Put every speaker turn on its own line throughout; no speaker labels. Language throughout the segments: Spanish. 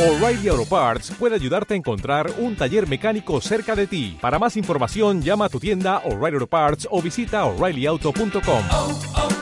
O'Reilly Auto Parts puede ayudarte a encontrar un taller mecánico cerca de ti. Para más información, llama a tu tienda O'Reilly Auto Parts o visita oreillyauto.com.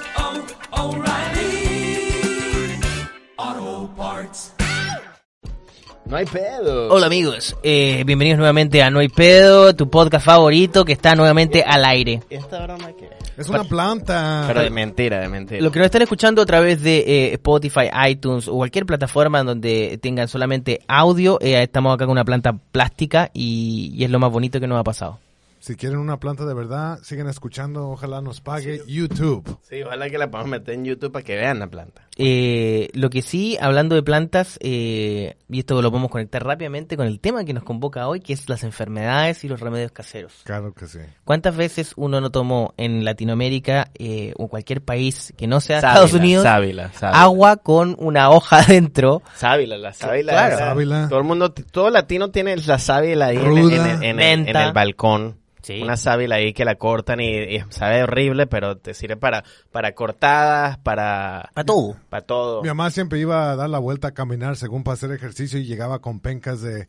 No hay pedo.
Hola amigos, eh, bienvenidos nuevamente a No hay pedo, tu podcast favorito que está nuevamente al aire.
¿Y esta broma qué es?
Es una planta.
Pero de mentira, de mentira.
Ah. Lo que nos están escuchando a través de eh, Spotify, iTunes o cualquier plataforma en donde tengan solamente audio, eh, estamos acá con una planta plástica y, y es lo más bonito que nos ha pasado.
Si quieren una planta de verdad, siguen escuchando. Ojalá nos pague YouTube.
Sí, ojalá que la podamos meter en YouTube para que vean la planta.
Eh, lo que sí, hablando de plantas, eh, y esto lo podemos conectar rápidamente con el tema que nos convoca hoy, que es las enfermedades y los remedios caseros.
Claro que sí.
¿Cuántas veces uno no tomó en Latinoamérica eh, o cualquier país que no sea
Sábila,
Estados Unidos
Sábila, sábila.
agua con una hoja adentro?
Sábila, la sábila.
Claro.
esa.
Sábila.
Todo el mundo, todo latino tiene la sábila ahí en, el-
Ruda.
en el, en el- en
Menta.
el balcón.
Sí.
Una sábila ahí que la cortan y, y sabe horrible, pero te sirve para, para cortadas, para,
Para todo.
para todo.
Mi mamá siempre iba a dar la vuelta a caminar según para hacer ejercicio y llegaba con pencas de.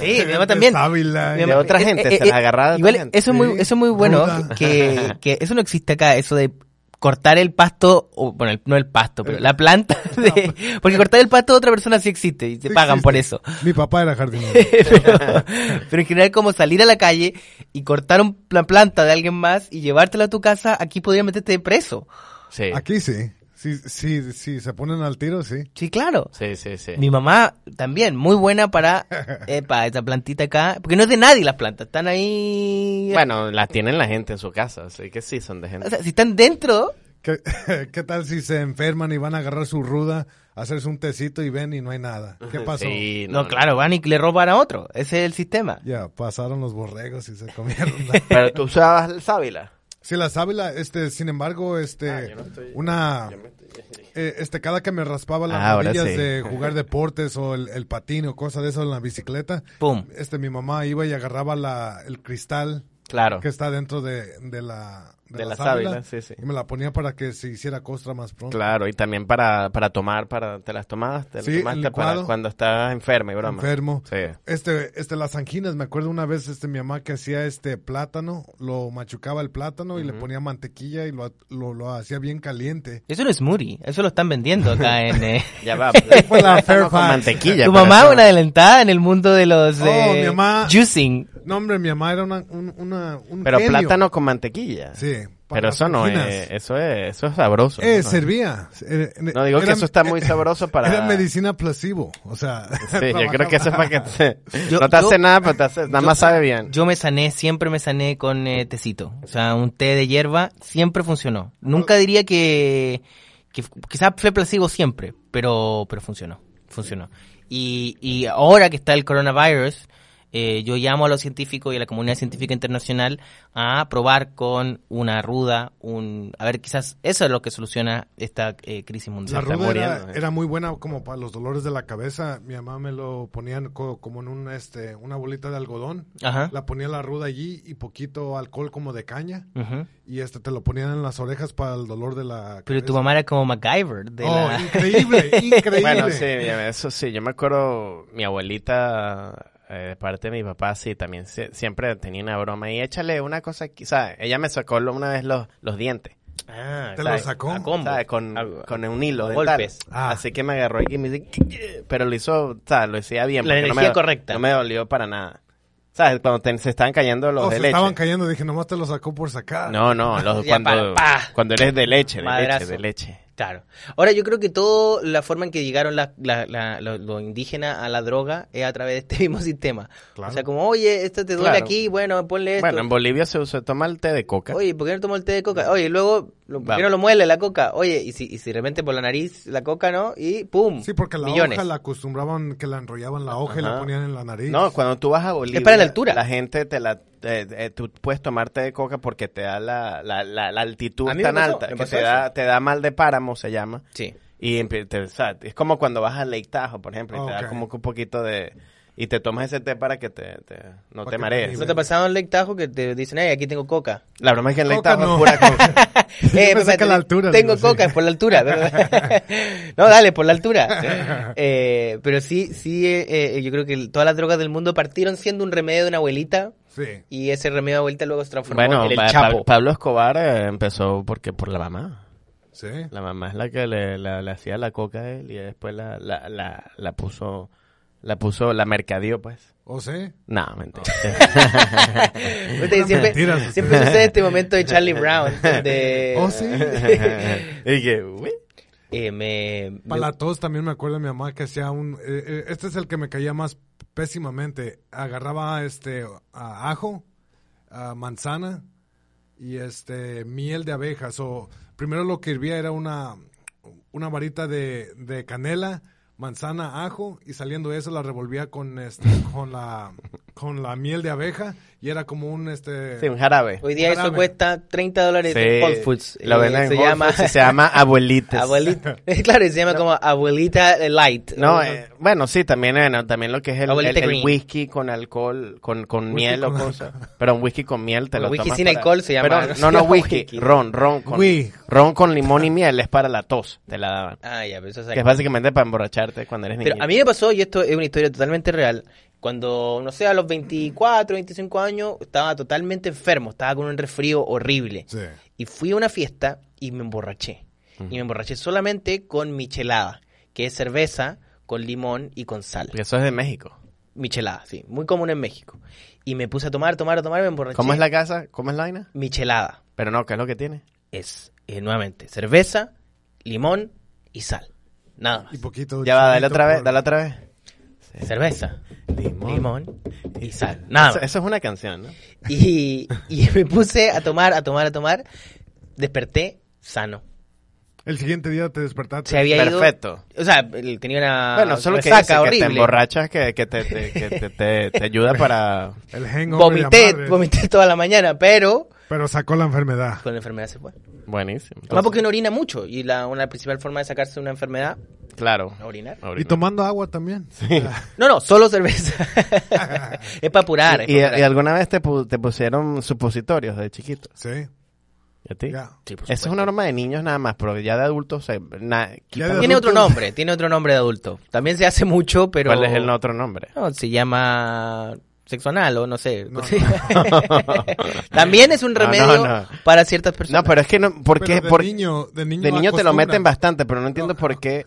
Sí, mi mamá
de
también. Mi
sábila.
Eh. De
mamá-
otra
eh,
gente,
eh,
se la
eh,
agarraba de otra
Igual,
gente.
eso es muy,
Sí,
eso es muy bueno,
ruda.
que, que eso no existe acá, eso de cortar el pasto, o, bueno, el- no el pasto,
Eh.
pero la planta de... Porque cortar el pasto de otra persona sí existe y te
Sí
pagan
pues. existe.
por eso.
Mi papá era jardinero.
pero, pero en general como salir a la calle y cortar un- la planta de alguien más y llevártela a tu casa, aquí podría meterte preso.
Sí,
Aquí sí. Sí, sí, sí. Se ponen al tiro, sí.
Sí, claro.
sí, sí, sí.
Mi mamá también, muy buena para epa, esa plantita acá, porque no es de nadie las plantas, están ahí...
Bueno, las tienen la gente en su casa, así que sí son de gente.
O sea, si están dentro,
¿Qué, qué tal si se enferman y van a agarrar su ruda, hacerse un tecito y ven y no hay nada? ¿Qué pasó?
Sí,
no, claro, van y le roban a otro. Ese es el sistema.
Ya, pasaron los borregos y se comieron.
Pero tú usabas el sábila.
Sí, la sábila, este, sin embargo, este,
Ah,
una, eh, este, cada que me raspaba las
Ah, ahora
rodillas
sí.
de jugar deportes o el, el patín o cosa de eso en la bicicleta,
Pum.
este, mi mamá iba y agarraba la, el cristal
Claro.
que está dentro de, de la,
De la sábila, sí, sí.
y me la ponía para que se hiciera costra más pronto.
Claro, y también para, para tomar, para te las tomabas, te las
Sí,
tomaste
licuado.
para cuando estás enfermo y broma.
Enfermo.
Sí.
Este, este, las anginas, me acuerdo una vez, este, mi mamá que hacía este plátano, lo machucaba el plátano y le ponía mantequilla y lo, lo, lo hacía bien caliente.
Eso no es Muri, eso lo están vendiendo acá en... eh.
Ya va. Fue
la Fairfax.
con mantequilla.
Tu
pero
mamá
eso-
una adelantada en el mundo de los...
Oh,
eh,
mi mamá.
Juicing.
No, hombre, mi mamá era una, un, una, un
Pero
genio.
plátano con mantequilla.
Sí. para
Pero
las
eso no
anginas.
es, eso es, eso es sabroso.
Eh,
¿no?
servía. Eh, eh,
No, digo que
era-
eso está muy sabroso para...
Era medicina placebo, o sea...
Sí, yo creo que eso es para que te-
Yo-
no te
yo-
hace nada, pero te hace, nada más sabe bien.
Yo me sané, siempre me sané con eh, tecito. O sea, un té de hierba siempre funcionó. Nunca diría que, que quizás fue placebo siempre, pero, pero funcionó, funcionó. Y, y ahora que está el coronavirus, eh, yo llamo a los científicos y a la comunidad científica internacional a probar con una ruda, un... A ver, quizás eso es lo que soluciona esta eh, crisis
La
mundial.
está
ruda
muriendo,
era,
eh.
era muy buena como para los dolores de la cabeza. Mi mamá me lo ponían co- como en un, este, una bolita de algodón.
¿Ah?
Ajá.
La ponía la ruda allí y poquito alcohol como de caña.
Ujú.
Y este te lo ponían en las orejas para el dolor de la
Pero tu
cabeza.
mamá era como MacGyver. De
Oh,
la-
increíble, increíble.
Bueno, sí, ya- eso sí, yo me acuerdo, mi abuelita, eh, de parte de mi papá, sí, también se- siempre tenía una broma. Y échale una cosa aquí, ¿sabes? Ella me sacó lo- una vez los, los dientes,
Ah,
Te
claro.
lo sacó.
A combo.
¿sabes? Con,
Ah,
con un hilo dental.
golpes.
Ah.
Así que me agarró y me dice, pero lo hizo, ¿sabes? Lo hacía bien.
La
porque
energía
no me,
correcta.
No me dolió para nada. ¿Sabes? Cuando te- se estaban cayendo los
Oh,
de
se
leche.
estaban cayendo, dije, nomás te lo sacó por sacar.
No, no, los,
Ya,
cuando,
pa, pa.
cuando eres de leche, de
Madrazo.
leche, de leche.
Claro. Ahora, yo creo que toda la forma en que llegaron la- la- la- lo- los indígenas a la droga es a través de este mismo sistema.
Claro.
O sea, como, oye, esto te duele
Claro.
aquí, bueno, ponle esto.
Bueno, en Bolivia se usa, toma el té de coca.
oye, ¿por qué no tomo el té de coca? Oye, y luego, lo- ¿por qué
Vamos.
no lo muele la coca? Oye, y si, y si de repente por la nariz la coca, ¿no? Y ¡pum!
Sí, porque la
Millones.
hoja la acostumbraban que la enrollaban la hoja y
Ajá.
la ponían en la nariz.
No, cuando tú vas a Bolivia.
Es para la altura.
La gente te la. te- eh, tú puedes tomarte de coca porque te da la, la, la, la altitud
A mí me
tan
pasó,
alta
me
que
pasó
te da, te da mal de páramo, se llama.
Sí.
Y empie- te- o sea, es como cuando vas a Lake Tahoe, por ejemplo, y te da
Ok.
como que un poquito de. y te tomas ese té para que te, te- no
Para
te
que-
marees.
Sí.
¿No te ha pasado en Lake Tahoe que te dicen, ay, aquí tengo coca?
La broma es que en la
Coca
Itajo
no.
es pura coca.
Eh,
Yo pensé
papá,
que a la
ten-
altura,
Tengo
digo, sí.
coca, es por la altura, ¿verdad? no, dale, por la altura. Eh, pero sí, sí, eh, eh, yo creo que el- todas las drogas del mundo partieron siendo un remedio de una abuelita
Sí.
y ese remedio de abuelita luego se transformó
bueno,
en el
Pa- Pa-
chapo.
Pablo Escobar eh, empezó porque por la mamá.
Sí.
La mamá es la que le, la- le hacía la coca a él y después la, la, la, la puso, la puso, la mercadeó pues.
¿O sí?
No, mentira.
Viste que siempre,
mentiras, ustedes.
siempre sucede este momento de Charlie Brown,
Eh,
donde
¿O ¿Oh, sí?
y que, uy.
eh, me, me-
Para la tos también me acuerdo de mi mamá que hacía un... eh, eh, este es el que me caía más pésimamente. Agarraba este a ajo, a manzana y este miel de abejas. O primero lo que hervía era una, una varita de, de canela, manzana, ajo y saliendo eso la revolvía con este con la con la miel de abeja y era como un este
Sí, un jarabe.
hoy día eso
Jarabe.
cuesta 30 dólares en
Sí,
Whole Foods.
Lo
Eh,
ven en
se
Whole
llama
Foods y se llama abuelitas.
abuelita. claro, se llama como abuelita eh, light.
No, eh, bueno, sí, también, eh, no, también lo que es el,
Abuelita
el- el
Green.
whisky con alcohol, con, con
Whisky
miel o
con
cosas. Pero un whisky con miel te
Un
lo
whisky
tomas
sin
para-
alcohol se llama.
Pero, no, no, whisky, ron, ron con,
Whi-
ron con limón y miel es para la tos, te la daban.
Ah, ya, pero eso es
Que es básicamente para emborracharte cuando eres niño.
Pero a mí me pasó, y esto es una historia totalmente real, cuando, no sé, a los 24, 25 años, estaba totalmente enfermo, estaba con un resfrío horrible.
Sí.
Y fui a una fiesta y me emborraché. Y me emborraché solamente con michelada, que es cerveza con limón y con sal.
Porque eso es de México.
Michelada, sí, muy común en México. Y me puse a tomar, tomar, tomar, me emborraché.
¿Cómo es la casa? ¿Cómo es la vaina?
Michelada
Pero no, ¿qué es lo que tiene?
es, eh, nuevamente, cerveza, limón y sal. Nada más.
Y poquito
Ya va, dale
chilito
otra vez,
por-
dale otra vez.
Cerveza,
Limón.
limón y sal. Nada
Eso,
más.
eso es una canción, ¿no?
Y, y me puse a tomar, a tomar, a tomar. Desperté sano.
El siguiente día te despertaste.
Se había
Perfecto.
ido. O sea, él tenía una
bueno, solo que, dice
resaca
que te
Ah, horrible.
emborrachas, que, que te, te- que te- te- te ayuda para...
El hangover de la
Vomité,
madre.
vomité toda la mañana, pero
Pero sacó la enfermedad.
con la enfermedad se fue. Además,
Buenísimo.
porque uno orina mucho y la, una principal forma de sacarse una enfermedad,
Claro.
orinar.
Y tomando agua también.
No, no, solo cerveza. es para apurar. es
¿Y,
pa'
y
apurar.
alguna vez te, pu- te pusieron supositorios de chiquito?
Sí.
¿Y a ti?
Ya.
Sí, por
Eso es
supuesto.
una broma de niños nada más, pero ya de adultos... se- na- quitan-
Tiene
adulto.
otro nombre, tiene otro nombre de adulto. También se hace mucho, pero...
¿Cuál es el otro nombre?
No, se llama sexo anal o no sé.
No,
También es un
No,
remedio
no, no.
para ciertas personas.
No, pero es que no... ¿Por qué?
Pero de
por-
niño, de niño,
de niño te lo
acostumbran.
meten bastante, pero no entiendo por qué...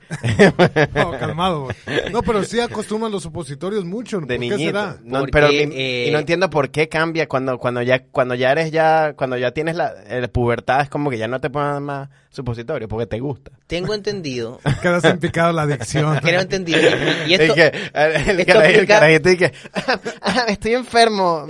No, calmado. No, pero sí acostumbran los supositorios mucho. ¿Por
de
qué
niñito.
será?
No,
Porque,
pero mi-
eh,
y no entiendo por qué cambia cuando cuando ya cuando ya eres ya cuando ya tienes la eh, pubertad es como que ya no te ponen más supositorio porque te gusta.
Tengo entendido,
Quedas en picado la adicción.
creo entendido, y- y esto,
Y que, eh, el,
esto
cara- el
aplica-
carajito y que estoy enfermo.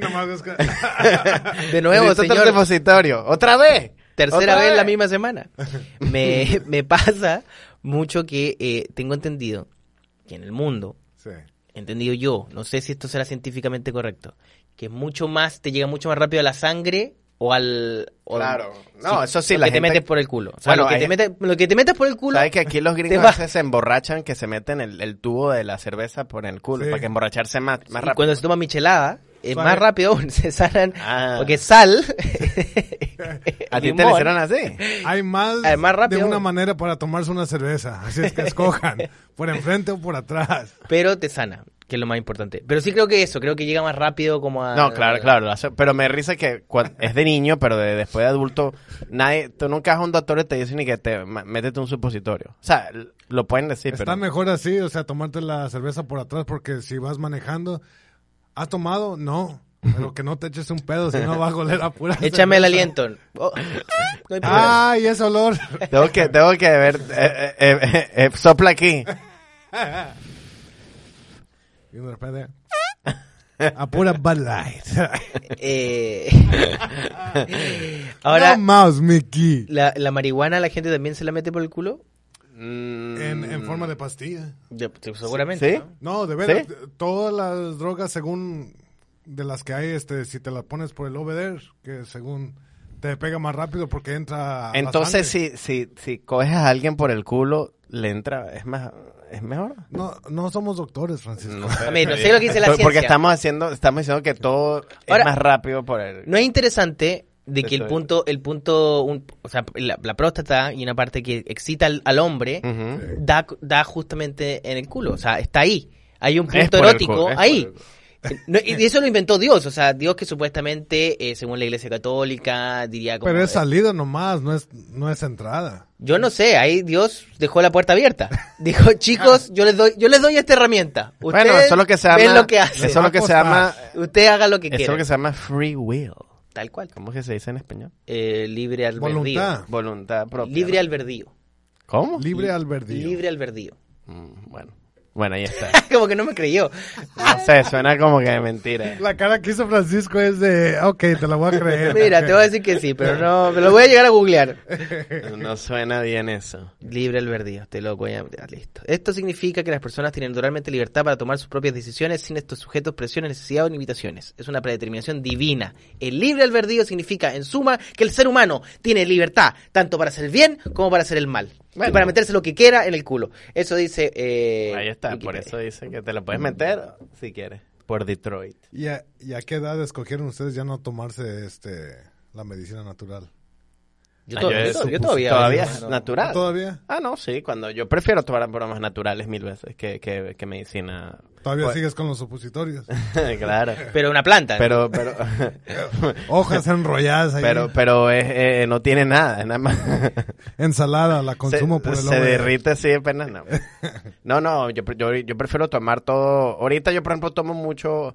Nomás es que-
de nuevo,
Necesito otro
señor,
supositorio. Otra vez.
tercera
¿Otra
vez en la misma semana. Me, me pasa mucho que eh, tengo entendido que en el mundo,
Sí.
entendido yo, no sé si esto será científicamente correcto, que mucho más, te llega mucho más rápido a la sangre o al... o-
Claro. No, eso sí,
lo
la
que
gente-
te metes por el culo. O sea,
Bueno,
lo, que
hay-
te metes, lo que te metes por el culo...
Sabes que aquí los gringos
va.
a veces se emborrachan que se meten el, el tubo de la cerveza por el culo
Sí.
para que emborracharse más más
Y
rápido.
cuando se toma michelada, es
Suave.
más rápido aún, se sanan.
Ah.
Porque sal.
A ti te
limón,
lo hicieron así.
Hay más
Además,
de
rápido.
una manera para tomarse una cerveza. Así es que escojan. por enfrente o por atrás.
Pero te sana, que es lo más importante. Pero sí creo que eso, creo que llega más rápido como a.
No, claro, claro. lo hace- pero me risa que cuan- es de niño, pero de- después de adulto, nadie, tú nunca vas a un doctor y te dicen ni que te ma- métete un supositorio. O sea, l- lo pueden decir,
Está
pero
mejor así, o sea, tomarte la cerveza por atrás porque si vas manejando, ¿has tomado? No. Pero que no te eches un pedo, si no va a oler a pura
Échame el
cerveza.
aliento. Oh, no hay problema.
Ah.
¡Ay, ese olor!
tengo que, tengo que ver, eh, eh, eh, eh, sopla aquí.
Y de repente, A pura Bud Light.
Eh,
Ahora.
Ahora,
mouse, Mickey.
la, la marihuana la gente también se la mete por el culo.
Mm,
En, en forma de pastilla.
De- pues, seguramente.
¿Sí?
¿no?
No, de veras. Todas las drogas, según de las que hay, este, si te las pones por el over que según te pega más rápido porque entra. a la
Entonces,
sangre.
si, si, si coges a alguien por el culo, le entra, es más, es mejor.
No, no somos doctores, Francisco.
No sé.
Mira, sé lo que dice la
Por- Porque
ciencia.
estamos haciendo, estamos diciendo que todo
Ahora-
es más rápido por el.
No es interesante de que el
Estoy-
punto, el punto, un- o sea, la, la próstata y una parte que excita al, al hombre
Ujú.
da, da justamente en el culo, o sea, está ahí. Hay un
Es
punto
por el
erótico
culo, es
ahí.
por el-
No, y eso lo inventó Dios, o sea, Dios que supuestamente, eh, según la Iglesia Católica, diría como...
Pero es salida nomás, no es, no es entrada.
Yo no sé, ahí Dios dejó la puerta abierta. Dijo, chicos, yo les doy, yo les doy esta herramienta. Ustedes
Ah. Bueno, eso es lo que se llama.
ven lo que hace.
Eso es lo que se
Va a
llama.
costar.
Usted haga lo que
Eso es
quiera.
lo que se llama free will.
Tal cual.
¿Cómo que se dice en español?
Eh, libre albedrío.
Voluntad.
Voluntad propia.
Libre
¿no?
albedrío.
¿Cómo?
Libre al verdío.
Libre albedrío.
Mm, bueno. Bueno, ahí está.
como que no me creyó.
No sé, suena como que de mentira.
La cara que hizo Francisco es de, ok, te la voy a creer.
Mira, te voy a decir que sí, pero no, me lo voy a llegar a googlear.
No suena bien eso.
Libre albedrío, te lo voy a... ah, Listo. Esto significa que las personas tienen totalmente libertad para tomar sus propias decisiones sin estos sujetos presiones, necesidades o limitaciones. Es una predeterminación divina. El libre albedrío significa, en suma, que el ser humano tiene libertad, tanto para hacer el bien como para hacer el mal. Y
Bueno.
para meterse lo que quiera en el culo. Eso dice... eh,
Ahí está, por
Wikipedia.
eso dice que te lo puedes meter si quieres. Por Detroit.
¿Y a, y a qué edad escogieron ustedes ya no tomarse este la medicina natural?
Yo,
Ah,
to-
yo
yo
eso
to- yo
supuse-
todavía...
todavía
no,
es
no.
natural.
¿Todavía?
Ah, no, sí, cuando yo prefiero tomar bromas naturales mil veces que, que, que medicina.
¿Todavía
Pues-
sigues con los supositorios?
claro.
Pero una planta.
Pero, pero,
Hojas enrolladas ahí.
pero, pero es, eh, no tiene nada, es nada más.
Ensalada, la consumo
se,
por el
se
hombre.
derrite así de pena, no. No, no, yo, pre- yo, yo prefiero tomar todo. Ahorita yo, por ejemplo, tomo mucho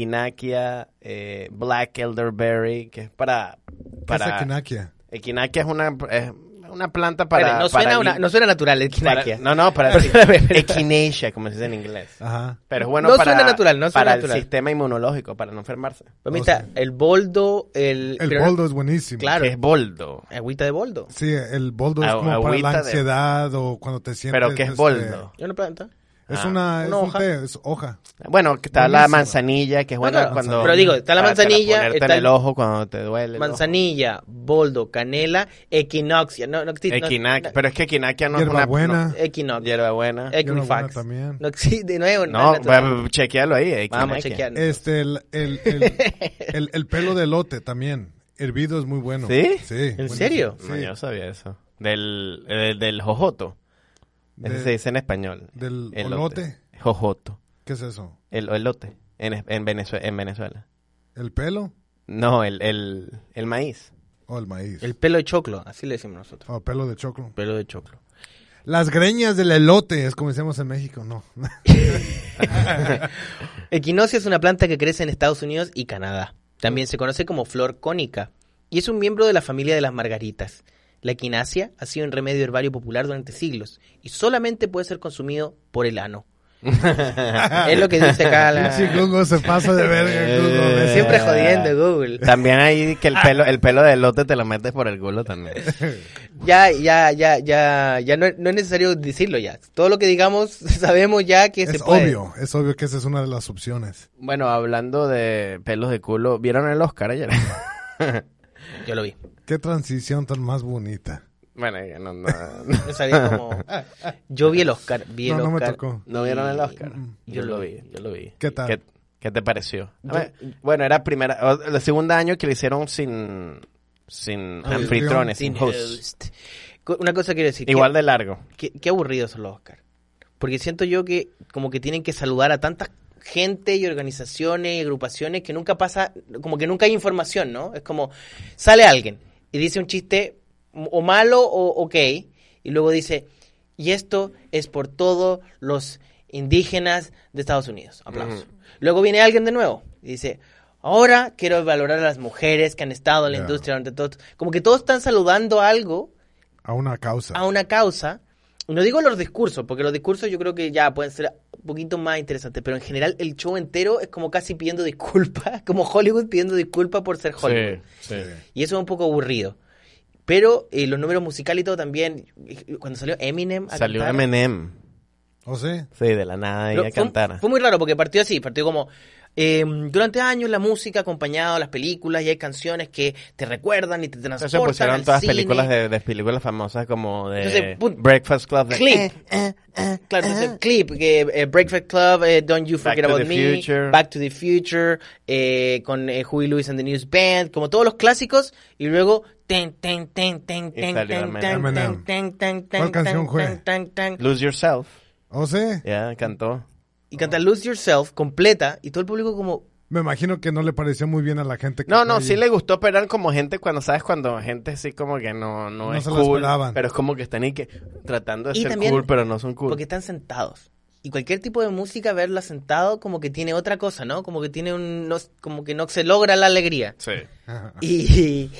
equinaquia, eh, black elderberry, que es para...
¿Qué es
para
equinaquia?
Equinaquia es una, es una planta
Espera,
para...
no,
para
suena
li-
una- no suena natural eh, el
para-
quinaquia.
no, no, para...
Perdóname, pero-
Echinacea, como se dice en inglés.
Ajá.
Pero es bueno
No
para,
suena natural, no suena
para
natural.
el sistema inmunológico, para no enfermarse.
Pues mira, está el boldo, el...
El
pero-
boldo es buenísimo.
Claro.
Que es boldo.
Agüita de boldo.
Sí, el boldo es
Agü-
como para la
agüita de-
ansiedad o cuando te sientes...
Pero que es
este,
boldo.
Yo no planta.
Es
Ah.
una, es
Una
un
hoja.
té, es hoja.
Bueno, que está la
Buenísimo.
manzanilla, que es buena
claro,
cuando...
pero digo, está la
para- para
manzanilla,
ponerte
está
en
el-
el ojo cuando te duele. el ojo.
Manzanilla, boldo, canela, equinoxia. No, no existe. no-
Equinac-
no-
pero es que equinaquia no es una...
Hierbabuena.
equinox,
Hierbabuena.
equifax.
Hierbabuena también.
No existe, no es una
No,
natural.
bueno, chequealo ahí.
Vamos a
equinaquia.
chequear.
Este, el, el, el, el- el pelo de lote también. Hervido es muy bueno.
¿Sí?
Sí.
¿En
buenísimo.
serio?
No,
Sí.
yo sabía eso. Del, eh, del jojoto. Ese
De-
se dice en español.
del
Elote.
olote.
Jojoto.
¿Qué es eso?
El o elote. En, es- en, Venezuela, en Venezuela.
¿El pelo
No, el, el, el maíz.
o el maíz?
El pelo de choclo, así le decimos nosotros.
O pelo de choclo.
Pelo de choclo.
Las greñas del elote, es como decimos en México, no.
Equinoxia es una planta que crece en Estados Unidos y Canadá. También
Mm.
se conoce como flor cónica y es un miembro de la familia de las margaritas. La equinacia ha sido un remedio herbario popular durante siglos y solamente puede ser consumido por el ano. es lo que dice acá la...
Sí, Google se pasa de verga. Google.
Eh.
Siempre jodiendo Google.
También hay que el pelo, el pelo de elote te lo metes por el culo también.
Ya, ya, ya, ya, ya no, no es necesario decirlo ya. Todo lo que digamos sabemos ya que se
Es
puede.
obvio, es obvio que esa es una de las opciones.
Bueno, hablando de pelos de culo, ¿vieron el Oscar ayer?
Yo lo vi.
Qué transición tan más bonita.
bueno, ya no, no,
No sabía cómo. Yo vi el Oscar, vi el
No, no me
Oscar.
tocó.
¿No vieron el Oscar?
Yo
Yo
lo
lo vi, yo lo vi.
¿Qué tal?
Mm. ¿Qué, qué te pareció? A ver, bueno, era primera, o- el segundo año que lo hicieron sin, sin
Ah,
anfitriones, sin
Sin
host.
host. Co- Una cosa quiero decir.
Igual de largo.
Qué, qué aburridos son los Oscar. Porque siento yo que como que tienen que saludar a tanta gente y organizaciones y agrupaciones que nunca pasa, como que nunca hay información, ¿no? Es como sale alguien y dice un chiste m- o malo o ok y luego dice, y esto es por todos los indígenas de Estados Unidos. Aplausos. Luego viene alguien de nuevo y dice, ahora quiero valorar a las mujeres que han estado en la
Ya.
industria durante todo. Como que todos están saludando algo
A una causa.
a una causa. No digo los discursos, porque los discursos yo creo que ya pueden ser un poquito más interesantes, pero en general el show entero es como casi pidiendo disculpas, como Hollywood pidiendo disculpas por ser Hollywood. Y eso es un poco aburrido. Pero eh, los números musicales y todo también, eh, cuando salió Eminem a
Salió
cantar,
Eminem.
¿O sí?
Sí, de la nada y
lo-
a
fue,
cantar.
fue muy raro porque partió así, partió como eh, durante años la música ha acompañado las películas y hay canciones que te recuerdan y te
Entonces
transportan
pusieron
al
todas
cine.
películas de, de películas famosas como de
Entonces, pun-
Breakfast Club. de-
Clip. Claro, entonces, Clip, que, eh, Breakfast Club, eh, Don't You Forget
to
About
the
Me,
Future.
Back to the Future, eh, con eh, Huey Lewis and the News Band, como todos los clásicos, y luego... Ten, ten, ten, ten,
Y
ten,
salió
ten, ten,
Eminem.
Eminem.
ten, ten, ten, ten,
¿Cuál canción
ten,
fue?
ten, ten, ten.
Lose Yourself.
¿O sea?
Ya, cantó.
Y canta Lose Yourself, completa, y todo el público como...
Me imagino que no le pareció muy bien a la gente. que
No,
fue
no,
ahí.
sí le gustó, pero eran como gente cuando, ¿sabes? Cuando gente así como que no, no,
No
es
se lo
cool.
esperaban.
Pero es como que están ahí que tratando de
Y
ser
también-
cool, pero no son cool.
Porque están sentados. Y cualquier tipo de música, verla sentado, como que tiene otra cosa, ¿no? Como que tiene un... no- como que no se logra la alegría.
Sí.
Y,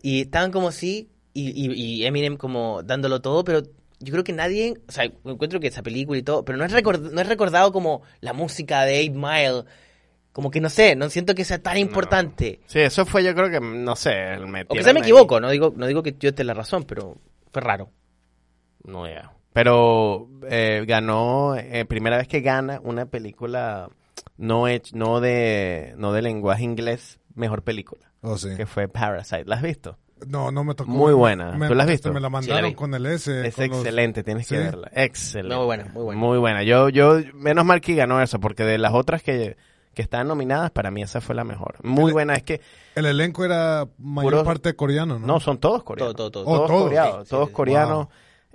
y estaban como así, y, y- y Eminem como dándolo todo, pero yo creo que nadie, o sea, encuentro que esa película y todo, pero no es, record- no es recordado como la música de 8 Mile, como que no sé, no siento que sea tan importante.
Sí, eso fue yo creo que, no sé, el metieron
O quizá me
ahí.
equivoco, no digo, no digo que yo esté en la razón, pero fue raro.
No, ya. Pero eh, ganó, eh, primera vez que gana una película no, hech- no, de, no de lenguaje inglés, mejor película,
¿O sí?
que fue Parasite. ¿La has visto?
No, no me tocó.
Muy buena.
Me-
¿Tú la has
este,
visto?
Me la
Sí,
mandaron
la vi.
con el S.
es
con los-
excelente, tienes que
Eh, Sí.
verla. Excelente.
Muy buena, muy buena.
Muy buena. Yo, yo, menos mal que ganó eso, porque de las otras que, que estaban nominadas, para mí esa fue la mejor. Muy
Eh,
buena, es que,
El elenco era mayor
Puro-
parte coreano, ¿no?
no, son todos coreanos.
Todo, todo,
todo. Oh,
Todos
todos.
Sí,
coreanos,
sí,
todos
sí.
coreanos.
Wow.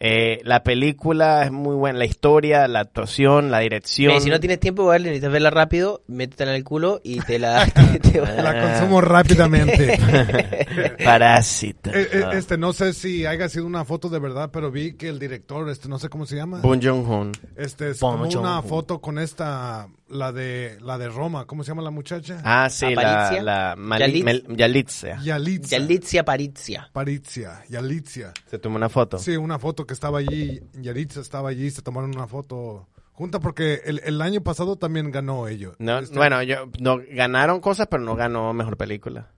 Eh, la película es muy buena, la historia, la actuación, la dirección.
Mira, y si no tienes tiempo, vale, necesitas verla rápido, métetela en el culo y te la... te- te va-
La consumo rápidamente.
Ah.
Eh,
Parásito.
eh, este, no sé si haya sido una foto de verdad, pero vi que el director, este, no sé cómo se llama.
Bong Joon-ho.
Este, es
Bong
como una
Joon-ho.
foto con esta, la de, la de Roma. ¿Cómo se llama la muchacha?
Ah, sí, la,
Aparicia.
la Mali-
Yalitza.
Mel- Yalitza.
Yalitza.
Yalitza Paritzia.
Paritzia, Yalitza.
Se tomó una foto.
Sí, una foto que estaba allí, Yaritza estaba allí, se tomaron una foto junta porque el, el año pasado también ganó ello.
No,
Este,
bueno, yo, no, ganaron cosas, pero no ganó mejor película.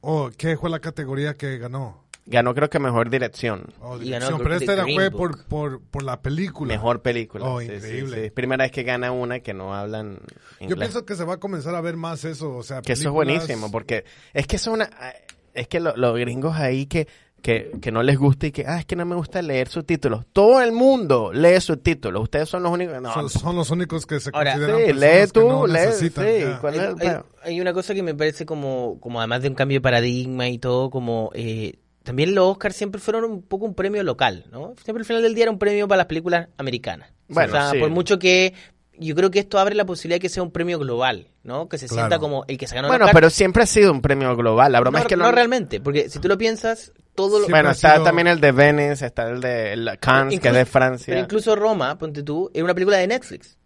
oh, ¿Qué fue la categoría que ganó?
Ganó creo que mejor dirección.
Oh,
Y
dirección,
ganó, creo
pero
que
esta era
The
fue
Green
por,
Book.
por, por la película.
Mejor película.
Oh,
Sí, sí,
increíble.
sí. Primera vez que gana una que no hablan inglés.
Yo pienso que se va a comenzar a ver más eso, o sea,
Que eso es
películas-
buenísimo, porque es que son una, es que lo- los gringos ahí que, que, que no les gusta y que, ah, es que no me gusta leer subtítulos. Todo el mundo lee subtítulos. Ustedes son los únicos. No,
son, son los únicos que se
Ahora,
consideran
sí,
personas
lee
que
tú,
no
lee,
necesitan,
sí,
ya.
¿cuál es el
Hay, hay-
pedo?
hay una cosa que me parece como, como además de un cambio de paradigma y todo, como eh, también los Oscars siempre fueron un poco un premio local, ¿no? Siempre al final del día era un premio para las películas americanas.
Bueno,
o sea,
sí.
por mucho que yo creo que esto abre la posibilidad de que sea un premio global, ¿no? Que se
Claro.
sienta como el que se ganó el
bueno,
Oscar.
pero siempre ha sido un premio global. La broma
no,
es que
no
lo-
realmente, porque si tú lo piensas, todo lo,
Sí,
Bueno,
ha
está
sido-
también el de Venice, está el de el Cannes, que es de
Incluso-
Francia.
Pero incluso Roma, ponte tú, es una película de Netflix.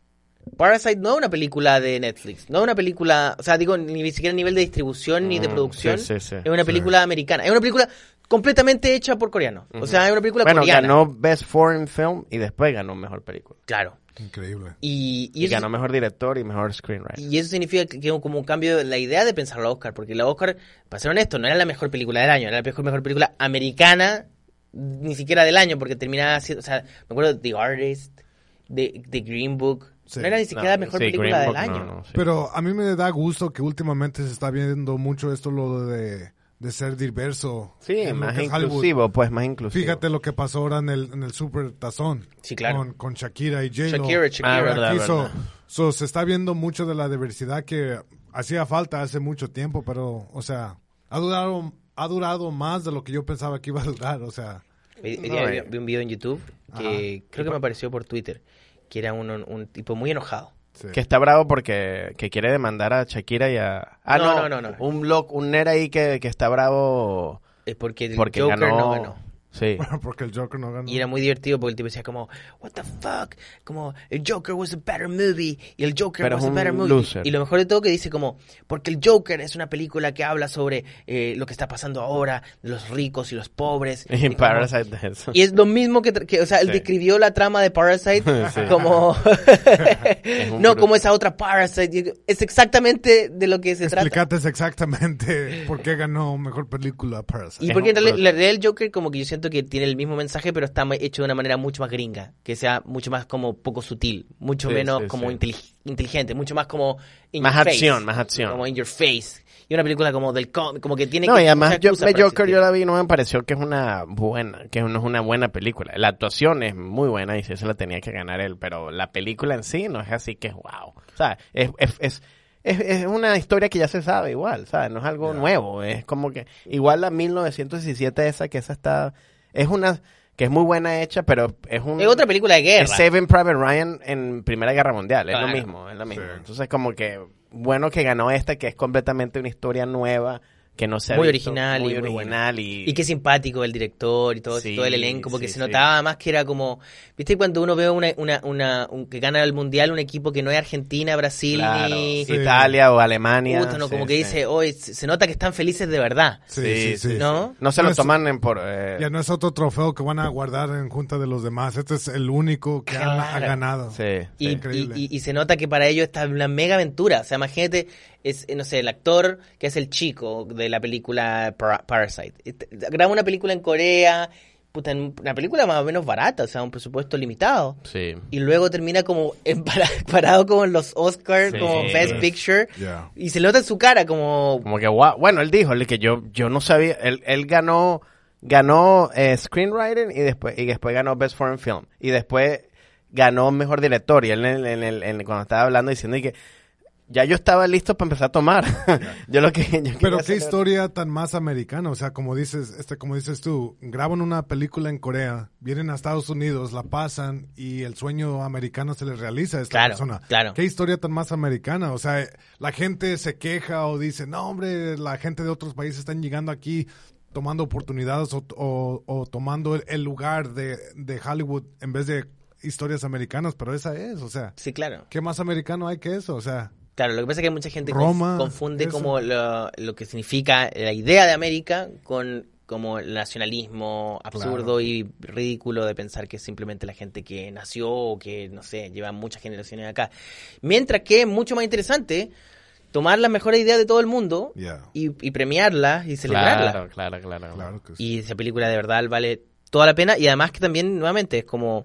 Parasite no es una película de Netflix, no es una película, o sea, digo, ni siquiera a nivel de distribución ni de
Mm,
producción.
sí, sí, sí.
es una película americana, es una película completamente hecha por coreanos. O sea, es una película
bueno,
coreana.
ganó Best Foreign Film y después ganó Mejor Película.
Claro.
Increíble.
Y, y
Y,
eso,
ganó Mejor Director y Mejor Screenwriter.
y eso significa que que es como un cambio de la idea de pensar la Oscar, porque la Oscar, para ser honesto, no era la mejor película del año, era la mejor, mejor película americana, ni siquiera del año, porque terminaba siendo, o sea, me acuerdo de The Artist, de The Green Book,
Sí.
no era ni siquiera la
No, eh,
mejor
sí,
película
Green
del
Book,
año.
no, no, sí.
Pero a mí me da gusto que últimamente se está viendo mucho esto lo de, de ser diverso.
sí,
en lo
más
que es Hollywood.
inclusivo, pues más inclusivo.
Fíjate lo que pasó ahora en el, en el Super Tazón.
Sí, claro.
Con, con Shakira y J-Lo.
Shakira, Shakira.
Ah,
Aquí
verdad,
so-
verdad.
so se está viendo mucho de la diversidad que hacía falta hace mucho tiempo, pero, o sea, ha durado, ha durado más de lo que yo pensaba que iba a durar, o sea.
Hoy- hoy
No,
día
eh.
vi, vi un video en YouTube que creo que me apareció por Twitter, que era un, un tipo muy enojado.
sí.
Que está bravo porque que quiere demandar a Shakira y a... Ah,
No,
no,
no, no, no.
Un, loc, un nerd ahí que, que está bravo
Es porque el
porque
Joker
ganó...
no ganó.
Sí.
Porque el Joker no ganó.
Y era muy divertido porque el tipo decía como, what the fuck, como, el Joker was a better movie, y el Joker
Pero
was
es
a
un
better movie.
loser.
Y lo mejor de todo que dice como, porque el Joker es una película que habla sobre eh, lo que está pasando ahora, de los ricos y los pobres.
Y
como-
Parasite de eso.
y es lo mismo que, tra- que, o sea, él
Sí.
describió la trama de Parasite
Sí.
como
un
no
bruto.
como esa otra Parasite, Y es exactamente de lo que se trata.
Explicates exactamente por qué ganó mejor película Parasite.
Y
Es
porque
un
en realidad
bruto.
la realidad del Joker como que yo siento siento que tiene el mismo mensaje, pero está ma- hecho de una manera mucho más gringa, que sea mucho más como poco sutil, mucho
Sí,
menos
sí,
como
sí.
intelig- inteligente, mucho más como... in
Más
your face,
acción, más acción.
Como in your face. Y una película como del com- como que tiene
No,
que...
y además
mucha
yo,
excusa
The
para
Joker
existir.
yo la vi y no me pareció que es una buena, que no es una buena película. La actuación es muy buena y sí se la tenía que ganar él, pero la película en sí no es así que es wow. O sea, es, es, es, es- es una historia que ya se sabe igual, ¿sabes? No es algo nuevo, es como que igual la 1917 esa que esa está, es una, que es muy buena hecha, pero es un...
Es otra película de guerra.
Es Saving Private Ryan en Primera Guerra Mundial, es
Claro.
lo mismo, es lo mismo.
Sí.
Entonces como que bueno que ganó esta que es completamente una historia nueva que no se ha
Muy
visto,
original
muy
y muy buena.
original y,
Y qué simpático el director y todo,
Sí,
todo el elenco, porque
sí,
se
sí.
notaba más que era como, viste cuando uno ve una, una, una, un- que gana el mundial un equipo que no es Argentina, Brasil
claro,
ni
sí.
Italia o Alemania,
Puta, no,
sí,
como que
sí.
dice, hoy se se nota que están felices de verdad,
Sí,
Sí,
sí, sí.
sí,
¿no?
no se
No
lo
es-
toman en por eh,
Ya no es otro trofeo que van a guardar en junta de los demás. Este es el único que han- ha
Claro.
ganado.
sí,
Y,
sí.
Increíble.
y- y- y se nota que para ellos está una mega aventura. O sea, imagínate, es, eh, no sé, el actor que es el chico de la película Para- Parasite. Este, Graba una película en Corea, puta, en una película más o menos barata, o sea, un presupuesto limitado.
Sí.
Y luego termina como en para- parado como en los Oscars,
Sí,
como
sí,
Best
sí.
Picture.
Ya.
Y se le nota en su cara como...
Como que wow. Bueno, él dijo él que yo yo no sabía, él, él ganó ganó eh, screenwriting y después y después ganó best foreign film y después ganó mejor director y él en el- en el- en el- cuando estaba hablando diciendo y que ya yo estaba listo para empezar a tomar. yo lo que yo quería
Pero qué
hacer-
historia tan más americana, o sea, como dices, este, como dices tú, graban una película en Corea, vienen a Estados Unidos, la pasan y el sueño americano se les realiza a esta
Claro,
persona.
claro.
Qué historia tan más americana, o sea, eh, la gente se queja o dice, no hombre, la gente de otros países están llegando aquí tomando oportunidades o, o- o tomando el, el lugar de, de Hollywood en vez de historias americanas, pero esa es, o sea,
Sí, claro.
¿qué más americano hay que eso? O sea,
Claro, lo que pasa es que mucha gente conf-
Roma,
confunde
eso.
como lo, lo que significa la idea de América con como el nacionalismo absurdo
Claro.
y ridículo de pensar que es simplemente la gente que nació o que, no sé, lleva muchas generaciones acá. Mientras que es mucho más interesante tomar las mejores ideas de todo el mundo
ya,
y, y premiarlas y celebrarlas.
Claro, claro, claro.
claro que sí.
Y esa película de verdad vale toda la pena. Y además que también, nuevamente, es como...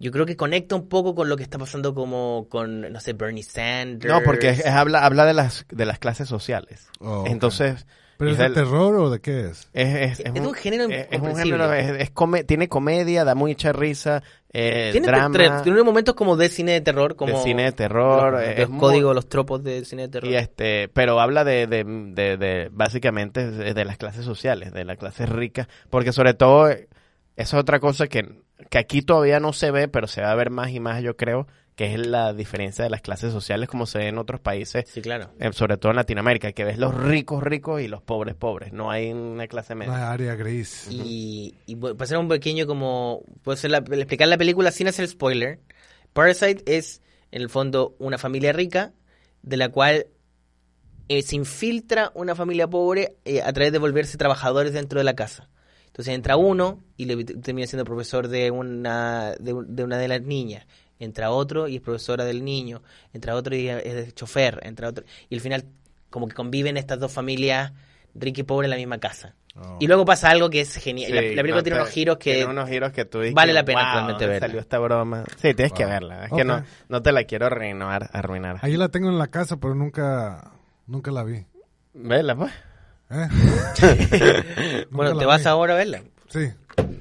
Yo creo que conecta un poco con lo que está pasando como con, no sé, Bernie Sanders.
No, porque es- es habla, habla de las de las clases sociales.
Oh, ok.
Entonces,
¿Pero es de
Israel-
terror o de qué es?
es, es- es
Es de un género
es- es un
incomprensible.
género, es- es come- tiene comedia, da mucha risa, eh,
Tiene,
drama,
tre- tre- tiene momentos como de cine de terror, como
de cine de terror,
los,
eh,
los
es muy-
códigos, los tropos de cine de terror.
y este, pero habla de, de, de- de- básicamente de, de las clases sociales, de las clases ricas, porque sobre todo eh, esa es otra cosa que, que aquí todavía no se ve, pero se va a ver más y más, yo creo, que es la diferencia de las clases sociales como se ve en otros países
Sí, claro.
eh, sobre todo en Latinoamérica, que ves los ricos ricos y los pobres pobres. No hay una clase
No hay
media.
área gris.
Y, y bu- para hacer un pequeño como... puedo hacer la- explicar la película sin hacer spoiler. Parasite es, en el fondo, una familia rica de la cual eh, se infiltra una familia pobre eh, a través de volverse trabajadores dentro de la casa. Entonces entra uno y le termina siendo profesor de una de, un- de una de las niñas. Entra otro y es profesora del niño. Entra otro y es de chofer. Entra otro. Y al final como que conviven estas dos familias rica y pobre en la misma casa.
Oh.
Y luego pasa algo que es genial.
Sí,
la, la película
no,
tiene
te-
unos giros que...
tiene unos giros que tú dices,
vale la pena
"Wow,
realmente
¿dónde
verla".
salió esta broma. Sí, tienes que
Wow.
verla. Es
Ok.
que no, no te la quiero arruinar. arruinar.
Ahí la tengo en la casa, pero nunca, nunca la vi.
Vela, pues.
¿Eh? Nunca
Bueno,
la
te vas
vi.
ahora a verla.
Sí.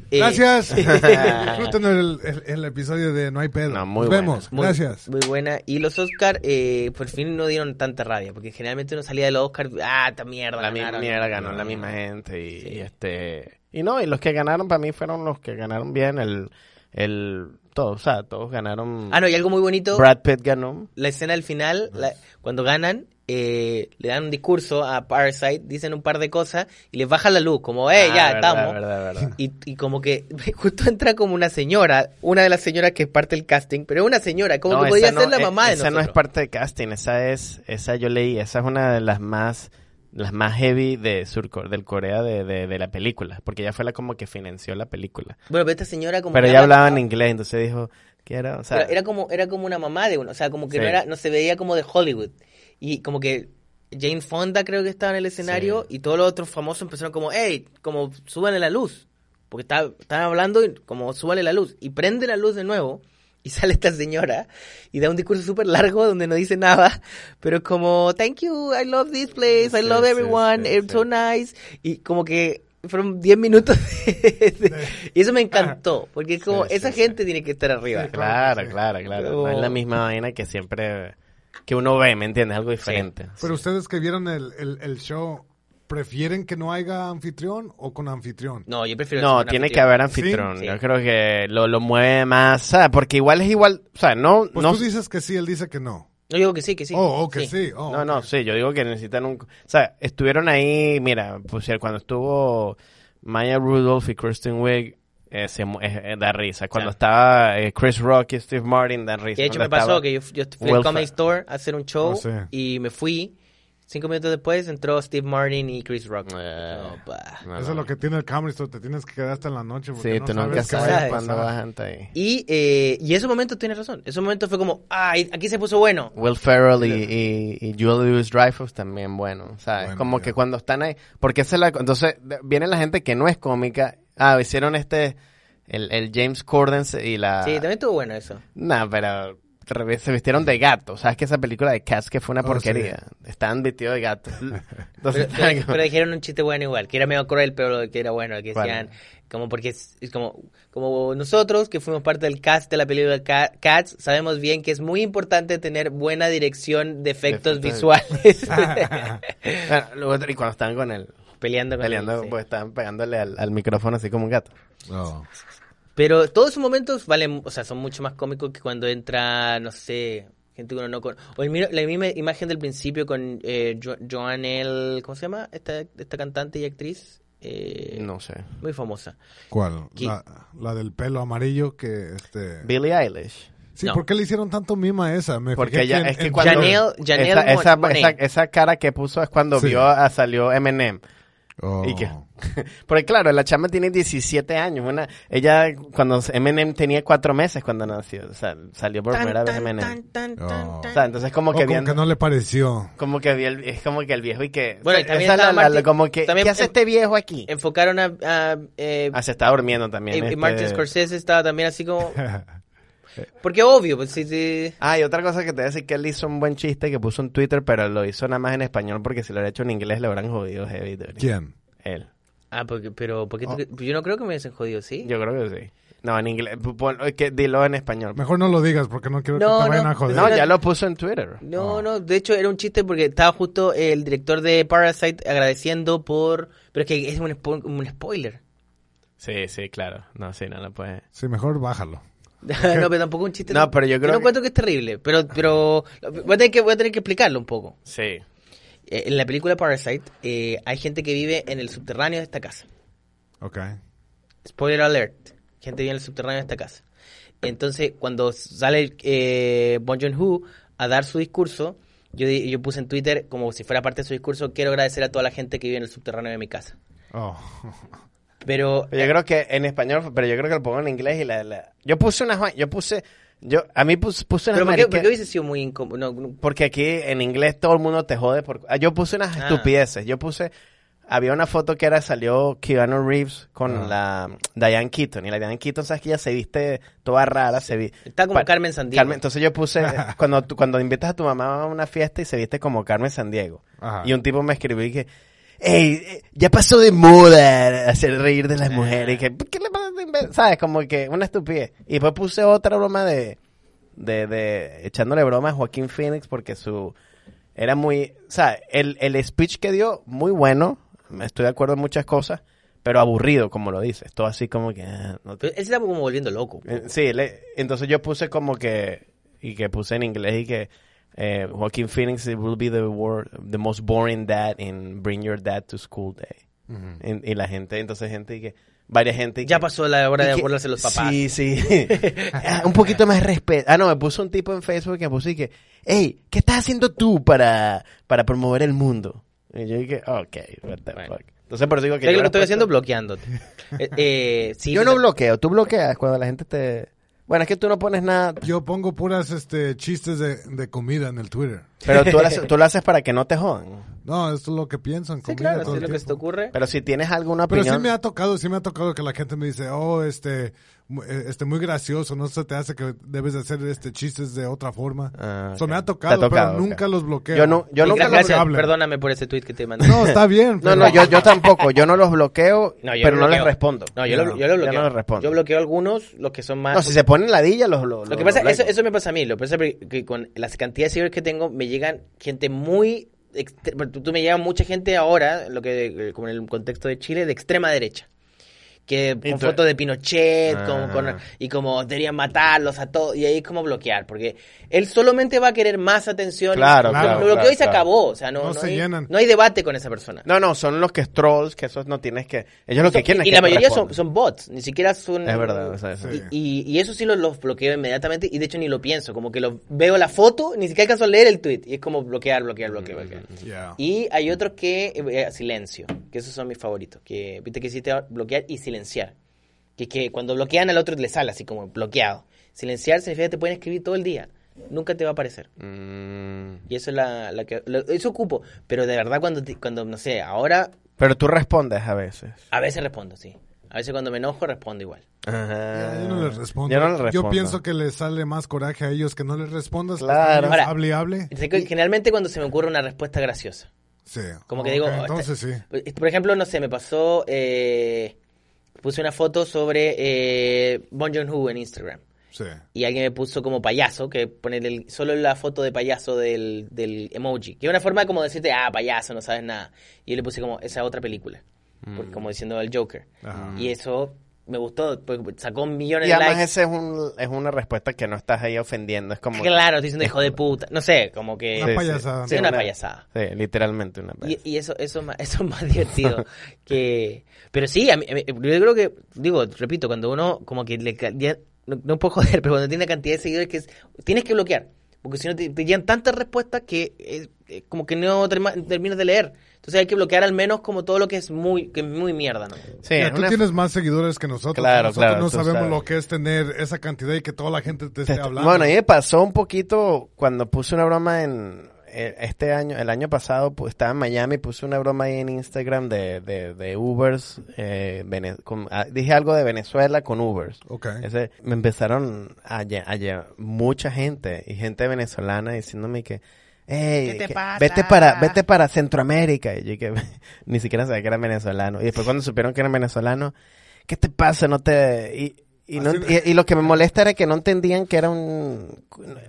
Eh,
Gracias. Disfruten el, el- el episodio de No hay pedo.
No, muy
Nos
buena.
vemos.
Muy-
Gracias.
Muy buena. Y los Oscar eh, por fin no dieron tanta rabia, porque generalmente uno salía de los Oscar, ah, esta mierda.
La misma
ganaron".
mierda ganó
Ah.
la misma gente. Y,
Sí.
y este. Y no, y los que ganaron para mí fueron los que ganaron bien. El. el todos, o sea, todos ganaron.
Ah, no, y algo muy bonito,
Brad Pitt ganó.
la escena al final, la- cuando ganan, eh, le dan un discurso a Parasite, dicen un par de cosas y les baja la luz, como,
Ah,
eh, ya,
verdad,
estamos.
verdad, verdad.
Y, y como que justo entra como una señora, una de las señoras que es parte del casting, pero es una señora, como
No,
que
esa
podía
no-
ser la
e-
mamá de
Esa no es
nosotros.
parte de casting, esa es, esa yo leí, esa es una de las más, las más heavy de Surcor, del Corea de, de, de la película, porque ella fue la como que financió la película.
Bueno, pero esta señora como...
Pero
que
ella
habla-
hablaba en inglés, entonces dijo, quiero, o sea,
Pero era como era como una mamá de uno, o sea, como que
Sí.
no era no se veía como de Hollywood y como que Jane Fonda creo que estaba en el escenario y todos los otros famosos empezaron como, "Hey, como súbanle la luz." Porque está- están hablando y como súbale la luz. Y prende la luz de nuevo y sale esta señora y da un discurso súper largo donde no dice nada, pero es como, thank you, I love this place,
Sí,
I love
sí,
everyone,
sí,
it's so
sí.
nice. Y como que fueron 10 minutos de- de- y eso me encantó, porque es como,
Sí, sí,
esa
sí.
gente tiene que estar arriba.
Sí,
Claro,
Sí.
claro, claro. No es
Pero-
la misma vaina que siempre que uno ve, ¿me entiendes? Algo diferente.
Pero ustedes que vieron el, el- el show, ¿prefieren que no haya anfitrión o con anfitrión?
No, yo prefiero...
No,
ser un
tiene que
anfitrión.
haber anfitrón.
Sí.
Yo creo que lo, lo mueve más, ¿sabes? Porque igual es igual, o sea, no,
Pues
no,
tú dices que sí, él dice que no.
Yo digo que sí, que sí.
oh, oh, que sí. oh,
no, no, sí, yo digo que necesitan un, o sea, estuvieron ahí, mira, pues cuando estuvo Maya Rudolph y Kristen Wiig eh, se mu- eh, eh, da risa. Cuando
Claro.
estaba eh, Chris Rock y Steve Martin da risa.
Que de hecho
Cuando
me pasó
estaba-
que yo, yo fui
Welfare.
al Comedy Store a hacer un show
Oh, sí.
y me fui. Cinco minutos después entró Steve Martin y Chris Rock.
Eh.
Opa.
No,
Eso
no.
es lo que tiene el Camry Store, te tienes que quedar hasta en la noche. porque
Sí,
no
tú nunca
qué
sabes
vaya a
cuándo
pasar.
vas a estar ahí.
Y, eh, y ese momento tienes razón. Ese momento fue como, ay, aquí se puso bueno.
Will Ferrell y, y, y Julia Louis Dreyfus también, bueno, ¿sabes?
Bueno,
como
ya.
que cuando están ahí, porque esa es la, entonces de- viene la gente que no es cómica, ah, hicieron este, el, el James Corden se- y la...
Sí, también estuvo bueno eso.
Nah, pero re- se vistieron de gato, ¿sabes? Que esa película de Cats que fue una
Oh,
porquería, estaban vestidos de gato. Entonces,
Pero, pero- pero dijeron un chiste bueno igual, que era medio cruel, pero lo que era bueno, que
¿Cuál?
decían, como porque es, es como, como nosotros que fuimos parte del cast de la película Ca- Cats, sabemos bien que es muy importante tener buena dirección de efectos
Efectos.
visuales.
bueno, lo otro- y cuando estaban con él,
peleando con
peleando,
él, sí.
pues estaban pegándole al, al micrófono así como un gato.
Oh.
Pero todos esos momentos valen, o sea, son mucho más cómicos que cuando entra, no sé, gente que uno no conoce. O el miro- la misma imagen del principio con eh, Jo- Joanelle, ¿cómo se llama? Esta, esta cantante y actriz. eh,
No sé.
Muy famosa.
¿Cuál?
¿Qué?
La, la del pelo amarillo que este...
Billie Eilish.
Sí,
No.
¿por qué le hicieron tanto mimo a esa? Me
Porque
fijé
ella-
en-
es que
en-
cuando-
Janelle, Janelle
esa, esa-
Monáe.
esa- esa cara que puso es cuando
Sí.
vio a salió Eminem.
Oh.
¿Y qué? Porque claro, la chama tiene 17 años. Una, ella, cuando Eminem tenía 4 meses cuando nació, o sea, salió por primera vez Eminem.
tan,
Oh.
O sea, entonces como
O
que,
como
viendo-
que no le pareció.
como que vi el- es como que el viejo y que...
Bueno, y
esa
también
es la-
estaba
la-
Martin-
como que,
también em,
¿qué hace
en-
este viejo aquí?
Enfocaron a... a, eh,
Ah, se está durmiendo también.
y- y
este-
em, Martin Scorsese estaba también así como... Porque obvio, pues sí, sí.
Ah, y otra cosa que te voy a decir que él hizo un buen chiste que puso en Twitter, pero lo hizo nada más en español porque si lo hubiera hecho en inglés le habrán jodido heavy. dude.
¿Quién?
Él.
Ah, porque, pero ¿por qué tú cre- yo no creo que me hubiesen jodido, ¿sí?
Oh. Yo creo que sí. No, en inglés. Pu- pon- eh, que dilo en español.
Mejor no lo digas porque no quiero
No,
que te vayan
no.
a joder.
No, ya lo puso en Twitter.
No,
Ah.
no, de hecho era un chiste porque estaba justo el director de Parasite agradeciendo por... Pero es que es un, spo- un spoiler.
Sí, sí, claro. No, sí, no lo puede.
Sí, mejor bájalo.
no, pero tampoco un chiste...
No, pero yo creo
no
que-
encuentro que es terrible, pero, pero voy, a tener que, voy a tener que explicarlo un poco.
Sí.
Eh, en la película Parasite eh, hay gente que vive en el subterráneo de esta casa.
Ok.
Spoiler alert. Gente vive en el subterráneo de esta casa. Entonces, cuando sale eh, Bon Joon-ho a dar su discurso, yo, di- yo puse en Twitter, como si fuera parte de su discurso, quiero agradecer a toda la gente que vive en el subterráneo de mi casa.
Oh.
Pero... eh,
Yo creo que en español, pero yo creo que lo pongo en inglés y la... la- Yo puse unas... va- Yo puse... Yo, a mí pus- puse unas
Pero ¿por qué,
marique-
por qué hubiese sido muy incómodo? No, no,
Porque aquí en inglés todo el mundo te jode. Por... Ah, Yo puse unas
Ah.
estupideces. Yo puse... Había una foto que era, salió Keanu Reeves con la Diane Keaton. Y la Diane Keaton, sabes que ella se viste toda rara, se vi...
Está como
pa-
Carmen Sandiego.
Carmen, entonces yo puse, cuando, tú- cuando invitas a tu mamá a una fiesta y se viste como Carmen Sandiego.
Ajá.
Y un tipo me escribió y que, "Ey, eh, ya pasó de moda hacer reír de las mujeres. Y que, "¿Por ¿qué le pasa? de inve-?" ¿Sabes? Como que una estupidez. Y después puse otra broma de, de, de echándole broma a Joaquín Phoenix porque su, era muy, o sea, el, el speech que dio, muy bueno. Estoy de acuerdo en muchas cosas, pero aburrido, como lo dices. Todo así como que, "Ah, no te-
Pero Él se está como volviendo loco.
eh, Sí, le- entonces yo puse como que y que puse en inglés y que eh, Joaquin Phoenix it will be the wor- the most boring dad in Bring Your Dad to School Day. En- y la gente, entonces gente y que varias gente y
Ya
que-
pasó la hora
y
de
que-
burlarse de los papás.
Sí, sí. Ah, un poquito más respeto. Ah, no, me puso un tipo en Facebook que puso y que, hey, ¿qué estás haciendo tú para, para promover el mundo? Y yo dije, ok, what the
Bueno.
fuck. Entonces por eso digo que
¿Sabes
yo
lo que estoy
respeto-
haciendo bloqueándote. Eh, eh, sí,
yo
sí,
no
sí.
bloqueo, tú bloqueas cuando la gente te... Bueno, es que tú no pones nada,
Yo pongo puras este, chistes de, de comida en el Twitter.
pero tú lo, haces, tú lo haces para que no te jodan.
No, esto es lo que piensan.
Sí,
comida
claro,
todo
si es
el
lo que se te
tiempo.
ocurre.
Pero si tienes alguna
Pero sí
opinión...
me ha tocado, sí me ha tocado que la gente me dice, oh, este, mu- eh, este muy gracioso, no se te hace que debes de hacer este chistes de otra forma.
Ah,
Eso
ok.
me ha
Te ha
tocado,
tocado,
pero
ok.
nunca los bloqueo.
Yo no- yo
Y
no-
nunca
gra-
los
Pues gracias,
hablen.
perdóname por ese tweet que te mandé.
No, está bien.
No,
pero-
no, yo, yo tampoco. Yo no los bloqueo,
No, yo
pero no les
bloqueo.
respondo.
No, yo, lo, yo lo
yo
bloqueo.
no les respondo.
Yo bloqueo algunos, los que son más...
No, si se ponen ladilla, los, los
Lo que
los
pasa,
bloqueo.
eso, eso me pasa a mí. Lo que pasa es que con las cantidades de seguidores que tengo, me llegan gente muy. extre- Tú, tú me llegan mucha gente ahora, lo que eh, como en el contexto de Chile, de extrema derecha. Que con
Entonces-
fotos de Pinochet como
Ah.
con- y como deberían matarlos a todos. Y ahí es como bloquear, porque él solamente va a querer más atención.
Claro,
y,
claro,
Lo bloqueó
claro,
y se
claro.
acabó. O sea, no,
No
no
se
hay,
llenan.
no hay debate con esa persona.
No, no, son los que es trolls, que esos no tienes que... Ellos lo que
Son-
quieren es
y
que
la
tú
mayoría son,
respondas.
son bots, ni siquiera son...
Es verdad, o sea, eso.
Sí.
Y, y eso sí los bloqueo inmediatamente y de hecho ni lo pienso, como que lo, veo la foto, ni siquiera alcanzo a leer el tweet y es como bloquear,
Mm,
bloquear, bloquear, bloquear.
Yeah.
Y hay otros que, eh, silencio, que esos son mis favoritos, que viste que hiciste bloquear y silenciar, que es que cuando bloquean al otro le sale así como bloqueado. Silenciar significa que te pueden escribir todo el día, nunca te va a aparecer.
Mm,
Y eso es la, la que, lo- eso ocupo, pero de verdad cuando, te- cuando no sé, ahora
Pero tú respondes a veces.
a veces respondo, sí. A veces cuando me enojo respondo igual.
Ajá.
Ya, yo no les respondo.
Yo no les respondo.
pienso que les sale más coraje a ellos que no les respondas.
Claro.
Claro.
Ahora-
hable, y hable.
Sé que Generalmente cuando se me ocurre una respuesta graciosa.
Sí.
Como que
Ok,
digo... oh,
Entonces sí.
esta- Por ejemplo, no sé, me pasó... eh, puse una foto sobre eh, Bon Joon-ho en Instagram.
Sí.
Y alguien me puso como payaso, que poner el- solo la foto de payaso del, del emoji. Que es una forma como decirte, ah, payaso, no sabes nada. Y yo le puse como esa otra película. porque como diciendo el Joker.
Mm. Ajá.
Y eso me gustó, porque sacó millones
Y
de
además
likes.
esa es, un, es una respuesta que no estás ahí ofendiendo. Es como...
Claro, estoy diciendo hijo de puta. No sé, como que...
Una
Sí, sí.
payasada.
Sí, una payasada.
Sí, literalmente una
Y,
payasada.
y eso, eso, es más- eso es más divertido que... Pero sí, a mí- a mí- yo creo que, digo, repito, cuando uno como que le... ca- ya- no, no puedo joder, pero cuando tiene una cantidad de seguidores que es- tienes que bloquear. Porque si no te, te llegan tantas respuestas que eh, eh, como que no terma- terminas de leer. Entonces hay que bloquear al menos como todo lo que es muy, que es muy mierda, ¿no?
Sí,
Mira,
es
tú
una-
tienes más seguidores que nosotros.
Claro,
nosotros
claro,
no
tú
sabemos
sabes.
lo que es tener esa cantidad y que toda la gente te esté
Te-
hablando.
Bueno, a mí me pasó un poquito cuando puse una broma en eh, este año, el año pasado pu- estaba en Miami, puse una broma ahí en Instagram de, de, de Ubers, eh, Vene- con- ah, dije algo de Venezuela con Ubers.
Ok.
Ese- me empezaron a, lle- a lle- mucha gente y gente venezolana diciéndome que, "Ey,
¿Qué te
que
pasa?
vete para vete para Centroamérica y yo que ni siquiera sabía que era venezolano y después cuando supieron que era venezolano, ¿qué te pasa? No te y, y, no-
Así-
y- y lo que me molesta era que no entendían que era un...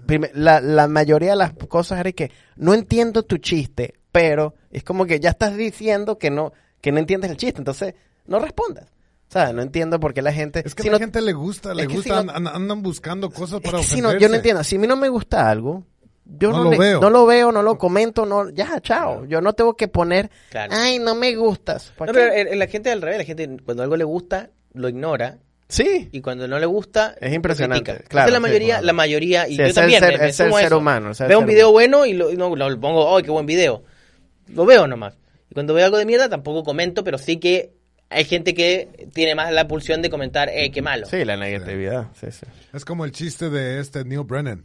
prime- La, la mayoría de las cosas era que no entiendo tu chiste, pero es como que ya estás diciendo que no, que no entiendes el chiste, entonces no respondas. O sea, no entiendo por qué la gente...
Es que
si
a la
no-
gente le gusta, le
es que
gusta,
si no-
an- andan buscando cosas
es
para
que si no,
ofenderse.
yo no entiendo. Si a mí no me gusta algo, yo
No
no,
lo
le-
veo.
no lo veo, no lo comento, no, ya, chao. Yo no tengo que poner,
Claro.
ay, no me gustas. ¿Por
No,
qué?
pero eh, la gente al revés, la gente cuando algo le gusta, lo ignora
sí,
y cuando no le gusta
Es impresionante,
lo critica.
claro,
Entonces, la
sí,
mayoría
claro.
la mayoría y
Sí,
yo
es el
también
ser-
me- me
es el
sumo a
ser
eso.
humano, es el
veo un
ser
video bueno y lo, y no, lo pongo oh qué buen video lo veo nomás y cuando veo algo de mierda tampoco comento pero sí que hay gente que tiene más la pulsión de comentar eh qué malo
sí, la negatividad. Sí, sí.
Es como el chiste de este Neil Brennan,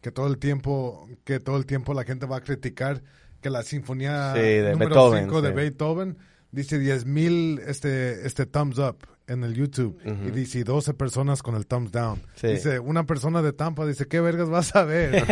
que todo el tiempo, que todo el tiempo la gente va a criticar que la sinfonía
Sí, de
número
Beethoven,
5 de
sí.
Beethoven dice 10.000 este, este thumbs up en el YouTube y dice 12 personas con el thumbs down.
Sí.
Dice una persona de Tampa, dice, ¿qué vergas vas a ver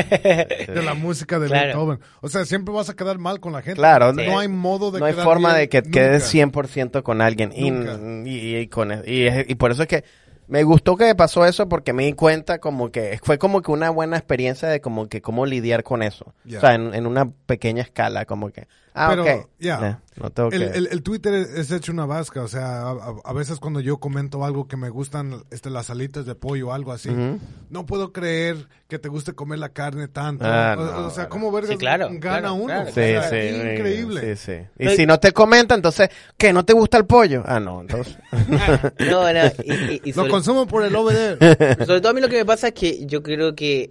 de la música de
Claro.
Beethoven? O sea, siempre vas a quedar mal con la gente.
Claro,
no
sí.
hay modo de
no hay
quedar
forma
bien
de que
nunca.
quedes 100% con alguien. Y,
Nunca.
y, y con, e, y, es- y por eso es que me gustó que me pasó eso porque me di cuenta como que fue como que una buena experiencia de como que cómo lidiar con eso.
Ya.
O sea, en, en una pequeña escala, como que, ah,
Pero,
ok,
ya.
ya, no tengo
El,
que-
el- el Twitter es hecho una vasca, o sea, a, a- a veces cuando yo comento algo que me gustan este, las alitas de pollo o algo así,
Ujú.
no puedo creer que te guste comer la carne tanto.
Ah,
o,
no,
o sea,
no.
¿cómo vergas
Sí, claro,
gana
claro,
uno?
claro,
O
Sí,
sea,
sí,
increíble.
sí, sí. Y
No, y-
si no te comenta, entonces, ¿qué? ¿No te gusta el pollo? Ah, no, entonces.
no, no, y, y- y
Lo
sobre,
consumo por el OBD.
sobre todo a mí lo que me pasa es que yo creo que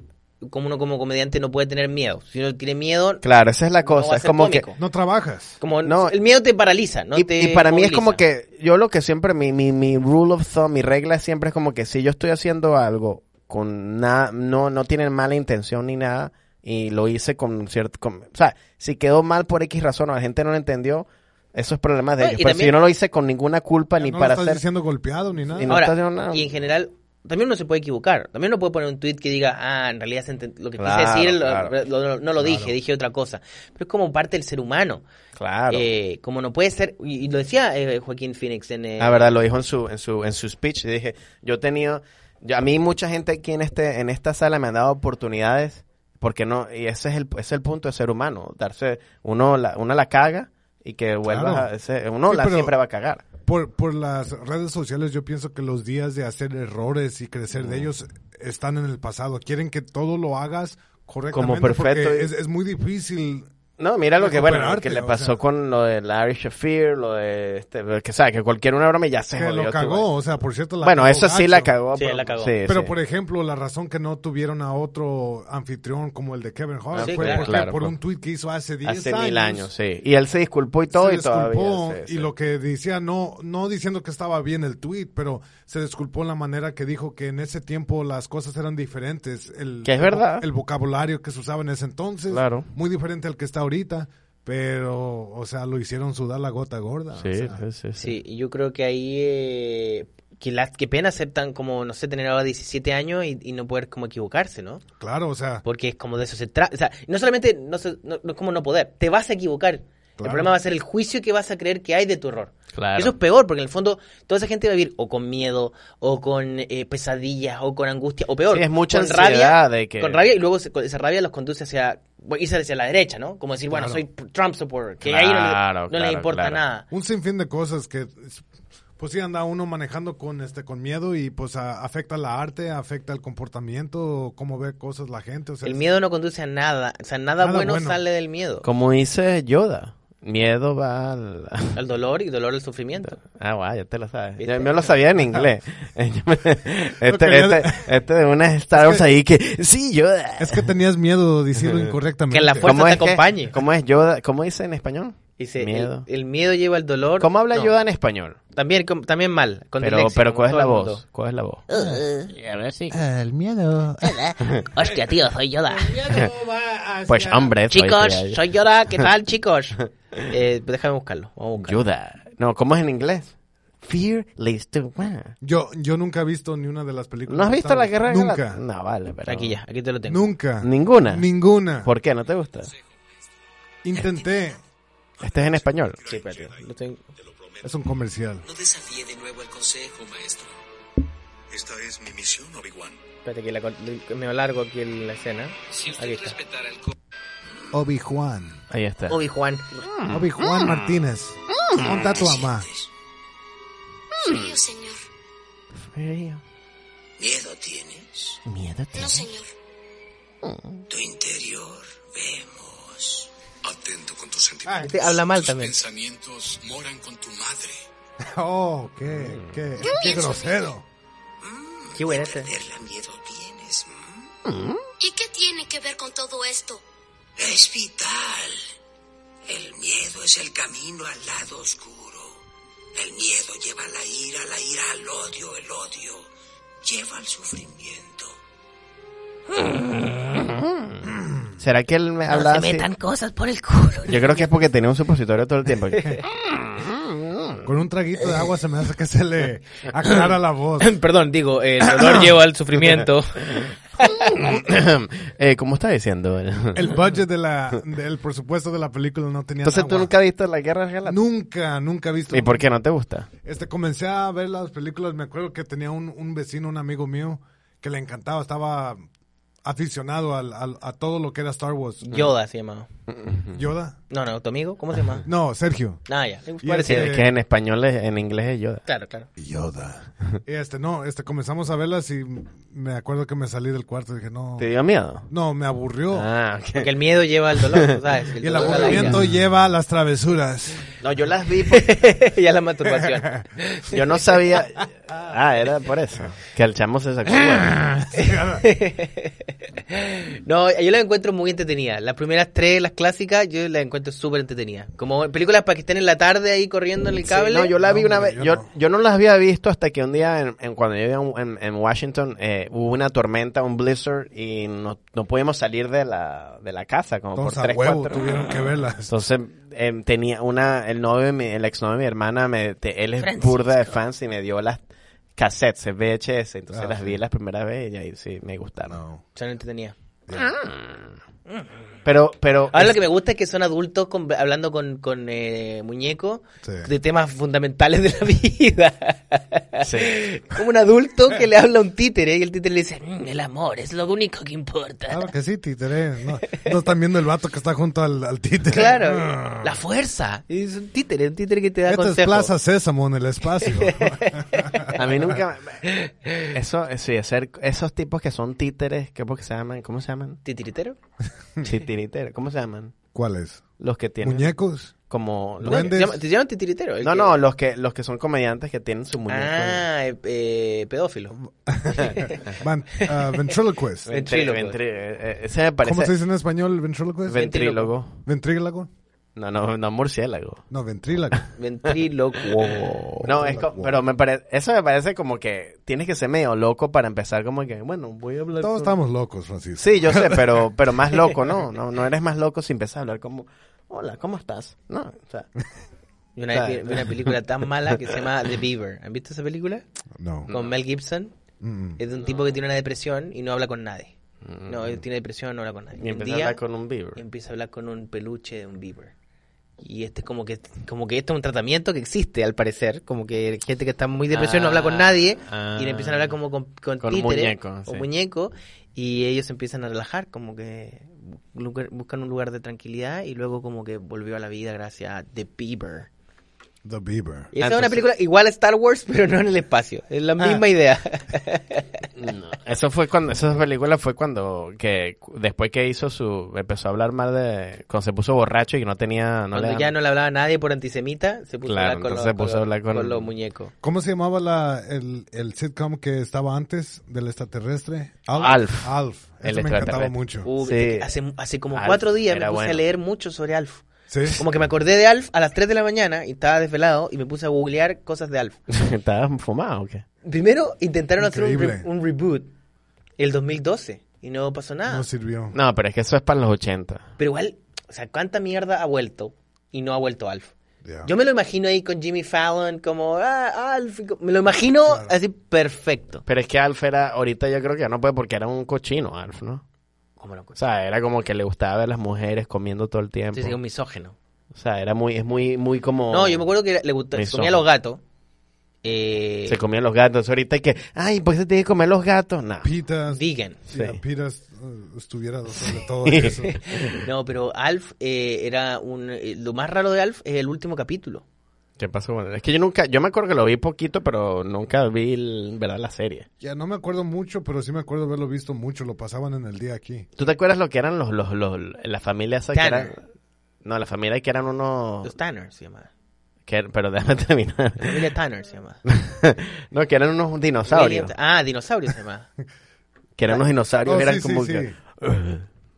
como uno como comediante no puede tener miedo si uno tiene miedo
claro, esa es la cosa.
va a
es
ser
como que.
cómico.
no trabajas.
como
No.
el miedo te paraliza no
y,
te
y para mí es como
moviliza.
que yo lo que siempre, mi, mi, mi rule of thumb, mi regla siempre es como que si yo estoy haciendo algo con nada, no, no tienen mala intención ni nada. Y lo hice con cierto. con- o sea, si quedó mal por X razón o la gente no lo entendió, eso es problema de
No,
ellos.
y
Pero
también-
si yo no lo hice con ninguna culpa ni
no
para
lo estás
hacer.
diciendo golpeado ni nada.
Y no
Ahora,
está haciendo nada.
y en general, también uno se puede equivocar. También uno puede poner un tweet que diga, ah, en realidad se enten- lo que
Claro,
quise decir lo-
claro.
lo- lo- no lo dije, dije otra cosa. Pero es como parte del ser humano.
Claro.
Eh, como no puede ser, y, y lo decía eh, Joaquín Phoenix en... eh,
La Ah, verdad, lo dijo en su, en su, en su speech. Y dije, yo he tenido, yo- a mí mucha gente aquí en este, en esta sala me han dado oportunidades, porque no, y ese es el, ese es el punto de ser humano, darse, uno la, uno la caga y que vuelva a,
Claro.
ese- uno
Sí,
la
pero-
siempre va a cagar.
Por, por las redes sociales yo pienso que los días de hacer errores y crecer
Mm.
de ellos están en el pasado. Quieren que todo lo hagas correctamente.
Como perfecto. ¿eh?
porque Es, es muy difícil.
No, mira lo que, bueno, lo
Recuperarte,
que le
o
pasó
sea.
con lo de Larry Shafir, lo de, este, que sabes, que cualquier una broma y ya se
que
jodió
lo
tu-
cagó, o sea, por cierto... La
Bueno,
cagó
eso sí
gacho.
la cagó.
Sí, la cagó.
Pero, por ejemplo, la razón que no tuvieron a otro anfitrión como el de Kevin Hart
Ah, sí,
fue
claro.
porque
Claro,
por
pues.
un tweet que hizo hace 10
Hace mil años, sí. Y él se disculpó y todo
se
y todavía.
disculpó
sí,
y
sí.
lo que decía no no diciendo que estaba bien el tweet pero se disculpó en la manera que dijo que en ese tiempo las cosas eran diferentes el
Que es verdad.
el vocabulario que se usaba en ese entonces
Claro.
muy diferente al que está ahorita pero o sea lo hicieron sudar la gota gorda o
Sí,
sea,
sí, sí, sí.
Sí, y yo creo que ahí... eh, que, la, que pena ser tan como, no sé, tener ahora 17 años y, y no poder como equivocarse, ¿no?
claro o sea
Porque es como de eso se trata. O sea, no solamente no, se- no- no es como no poder, te vas a equivocar. El
Claro.
problema va a ser el juicio que vas a creer que hay de tu error.
Claro.
Eso es peor, porque en el fondo toda esa gente va a vivir o con miedo, o con eh, pesadillas, o con angustia, o peor.
Sí, es mucha
con
ansiedad de que-
Con rabia, y luego se- con esa rabia los conduce hacia, bueno, irse hacia la derecha, ¿no? Como decir, bueno,
Claro.
soy Trump supporter, que ahí
Claro,
no le, no le
claro,
importa
claro.
nada.
un sinfín de cosas que pues sí anda uno manejando con este con miedo y pues a- afecta la arte afecta el comportamiento cómo ve cosas la gente o sea,
El
es-
miedo no conduce a nada. O sea, nada,
Nada
bueno,
bueno.
sale del miedo.
Como dice Yoda, miedo va al...
Al dolor y dolor al sufrimiento.
Ah, guau, ya te lo sabes.
¿Viste?
Yo, yo lo sabía en inglés. este,
quería-
este, este de una Star Wars ahí que... Sí, Yoda.
Es que tenías miedo de decirlo incorrectamente.
Que la fuerza te
es que-
acompañe.
¿Cómo es Yoda? ¿Cómo dice en español?
Dice, el-
miedo.
El, miedo lleva al dolor.
¿Cómo habla
No.
Yoda en español?
También, com- también mal. Con
Pero,
dislexia,
pero
como
¿cuál es
todo
la
el
voz?
mundo.
¿Cuál es la voz?
A ver si.
El miedo.
Hostia, tío, soy Yoda.
Pues hombre, soy-
Chicos,
soy-
soy Yoda. ¿Qué tal, chicos? Eh, déjame buscarlo. Vamos a buscarlo.
Yoda. No, ¿cómo es en inglés? Fearless to one.
Yo, yo nunca he visto ni una de las películas.
¿No has
de
visto
Star
la
Wars.
guerra? de
Nunca.
Gal- No, vale, pero...
Aquí ya, aquí te lo tengo.
Nunca.
¿Ninguna?
Ninguna.
¿Por qué? ¿No te gusta?
Intenté.
Este es en español.
Sí, pues, espérate. Lo tengo.
Es un comercial.
No desafíe de nuevo al consejo, maestro.
Esta es mi misión, Obi-Wan.
Espérate que la col- me alargo aquí el- la escena.
Si usted
Aquí está.
respetara el co-
Obi-Juan.
Ahí está.
Obi-Juan.
Hmm.
Obi-Juan Martínez. Conta a tu mamá.
Frío, señor.
Frío.
miedo tienes,
Miedo
No, señor.
tu interior vemos.
Atento con tus sentimientos.
Te este habla mal Ah, también.
Tus pensamientos moran con tu madre.
Oh, qué, qué, qué grosero.
Qué este. buena esta.
Perderla miedo tienes. ¿m?
¿Y qué tiene que ver con todo esto?
Es vital. El miedo es el camino al lado oscuro. El miedo lleva a la ira, la ira al odio, el odio lleva al sufrimiento.
¿Será que él me hablaba así?
cosas por el culo.
Yo creo que es porque tenía un supositorio todo el tiempo.
Con un traguito de agua se me hace que se le aclara la voz.
Perdón, digo, el dolor lleva al sufrimiento.
eh, ¿Cómo está diciendo?
El budget de la, del presupuesto de la película no tenía
Entonces
agua.
tú nunca viste la guerra de las Galaxias?
Nunca, nunca he visto.
¿Y por qué no te gusta?
Este, comencé a ver las películas, me acuerdo que tenía un, un vecino, un amigo mío, que le encantaba, estaba aficionado al- al- a todo lo que era Star Wars.
Yoda se llamaba.
¿Yoda?
No, no, tu amigo, ¿cómo se llama?
No, Sergio.
Ah, ya.
Y
Parecido.
este-
Es que en español, es- en inglés es Yoda.
Claro, claro.
Yoda. Este, no, este, comenzamos a verlas y me acuerdo que me salí del cuarto y dije, no,
¿Te dio miedo?
no, me aburrió.
Ah, ok.
Porque el miedo lleva al dolor, ¿sabes?
Y el
dolor a la ira.
aburrimiento lleva a las travesuras.
No, yo las vi pues. porque
y a la masturbación.
yo no sabía. Ah, era por eso. Que al chamo se sacó.
no, yo la encuentro muy entretenida. Las primeras tres las clásicas yo las encuentro súper entretenidas. Como películas para que estén en la tarde ahí corriendo en el
Mm, Sí,
cable.
no, yo la
No,
vi una
hombre,
vez. Yo,
yo no.
yo no las había visto hasta que un día, en, en- cuando yo vivía en, en Washington, eh, hubo una tormenta, un blizzard, y no, no pudimos salir de la, de la casa, como
Entonces,
por
a
tres,
huevo,
cuatro.
tuvieron que verlas.
Entonces, em, tenía una, el novio, de mi- el ex novio de mi hermana, me, te- él es burda de fans y me dio las cassettes, VHS, entonces
Ah,
las
sí.
vi las primeras veces y ahí sí me gustaron.
No.
Son entretenidas.
Pero, pero,
Ahora lo
es-
que me gusta es que son adultos con- hablando con, con eh, muñecos
Sí.
de temas fundamentales de la vida.
sí.
Como un adulto que le habla a un títere y el títere le dice, "Mm,
El amor es lo único que
Ah,
importa.
Claro que sí, títere. No, no están viendo el vato que está junto al, al títere.
Ah.
claro,
Mm.
la fuerza. Y Es un títere, un títere que te da
Esta Este es
consejos.
Plaza Sésamo en el espacio.
a mí nunca, eso, eh, sí, hacer, esos tipos que son títeres, ¿qué porque se llaman? ¿Cómo se llaman?
¿Titiritero?
Titiriteros, ¿cómo se llaman?
¿Cuáles?
Los que tienen
¿Muñecos?
como los-
No,
Duendes.
¿Te llaman, te llaman titiritero? El
No,
que-
no, los que los que son comediantes que tienen su muñeco.
Ah, eh, eh, pedófilo.
Van- ah, ventriloquist.
Ventri-
ventrílogo.
ventri- eh, eh, ese me parece
¿Cómo se dice en español ventriloquist?
ventrílogo.
¿Ventrílago?
No, no, no murciélago.
No, ventrílago.
Ventriloquo.
No, es co- pero me parece eso me parece como que tienes que ser medio loco para empezar como que, bueno, voy a hablar con-
Todos estamos locos, Francisco.
Sí, yo sé, pero pero más loco, no, no no eres más loco si empiezas a hablar como, "Hola, ¿cómo estás?" No, o sea,
Y una,
Claro.
vi una película tan mala que se llama The Beaver. ¿Han visto esa película?
No.
Con Mel Gibson.
Mm, mm.
Eh.
Es de un tipo que tiene una depresión y no habla con nadie. No, él tiene depresión, no habla con nadie.
Mm. ni
Un
empezar a
día em-
hablar con un beaver.
empieza a hablar con un peluche de un beaver. Y este es como que como que esto es un tratamiento que existe al parecer, como que gente que está muy depresión no habla con
Ah,
nadie
ah.
y le empiezan a hablar como con, con,
Con
títeres
muñeco,
o
sí.
muñeco y ellos se empiezan a relajar, como que lugar- buscan un lugar de tranquilidad y luego como que volvió a la vida gracias a The Beaver.
The Bieber.
Y esa
Ah, Entonces-
es
Ah.
una película igual a Star Wars, pero no en el espacio. Es la misma idea.
No, eso fue cuando esa película fue cuando que cu- después que hizo su empezó a hablar mal de cuando se puso borracho y que no tenía no
Cuando
le
ya no le hablaba a nadie por antisemita, se puso,
Claro,
a, hablar con los,
entonces se puso
con
a
los-
hablar con-
con los muñecos.
¿Cómo se llamaba la, el, el sitcom que estaba antes del extraterrestre?
Alf.
Alf. Ese
El
me encantaba
extraterrestre.
mucho.
Uh,
Sí.
es que hace, hace como
Alf
cuatro días me
era
puse a
bueno.
leer mucho sobre Alf.
Sí.
Como que me acordé de Alf a las 3 de la mañana y estaba desvelado y me puse a googlear cosas de Alf.
estaba fumado o qué?
Primero intentaron
Increíble.
hacer un, re- un reboot el 2012 y no pasó nada.
No sirvió.
No, pero es que eso es para los 80.
Pero igual, o sea, ¿cuánta mierda ha vuelto y no ha vuelto Alf?
Ya.
Yo me lo imagino ahí con Jimmy Fallon como, ah, Alf, y co- me lo imagino así perfecto.
Pero es que Alf era ahorita yo creo que ya no puede porque era un cochino Alf, ¿no?
Como lo
O sea, era como que le gustaba ver a las mujeres comiendo todo el tiempo.
Sí, sí, un misógeno.
O sea, era muy es muy muy como
No, yo me acuerdo que le gustaba,
Misógeno.
comía los gatos. Eh,
se comían los gatos. Ahorita hay que, ay, ¿por qué se tiene que comer los gatos? No.
Pitas.
vegan.
si la
Sí.
Pitas eh, estuviera sobre todo eso.
No, pero Alf eh, era un... eh, lo más raro de Alf es el último capítulo.
¿Qué pasó con él? Es que yo nunca, yo me acuerdo que lo vi poquito, pero nunca vi, el- ¿verdad? La serie.
Ya no me acuerdo mucho, pero sí me acuerdo haberlo visto mucho. Lo pasaban en el día aquí.
¿Tú te acuerdas lo que eran los, los, los, la familia esa
Tanner.
que eran? No, la familia que eran unos,
Los Tanner se llama.
que er- pero déjame terminar.
La familia Tanner se llama.
no, que eran unos dinosaurios.
William- Ah, dinosaurio se llama.
Que eran unos dinosaurios,
Oh,
eran
sí, sí,
como
sí.
que-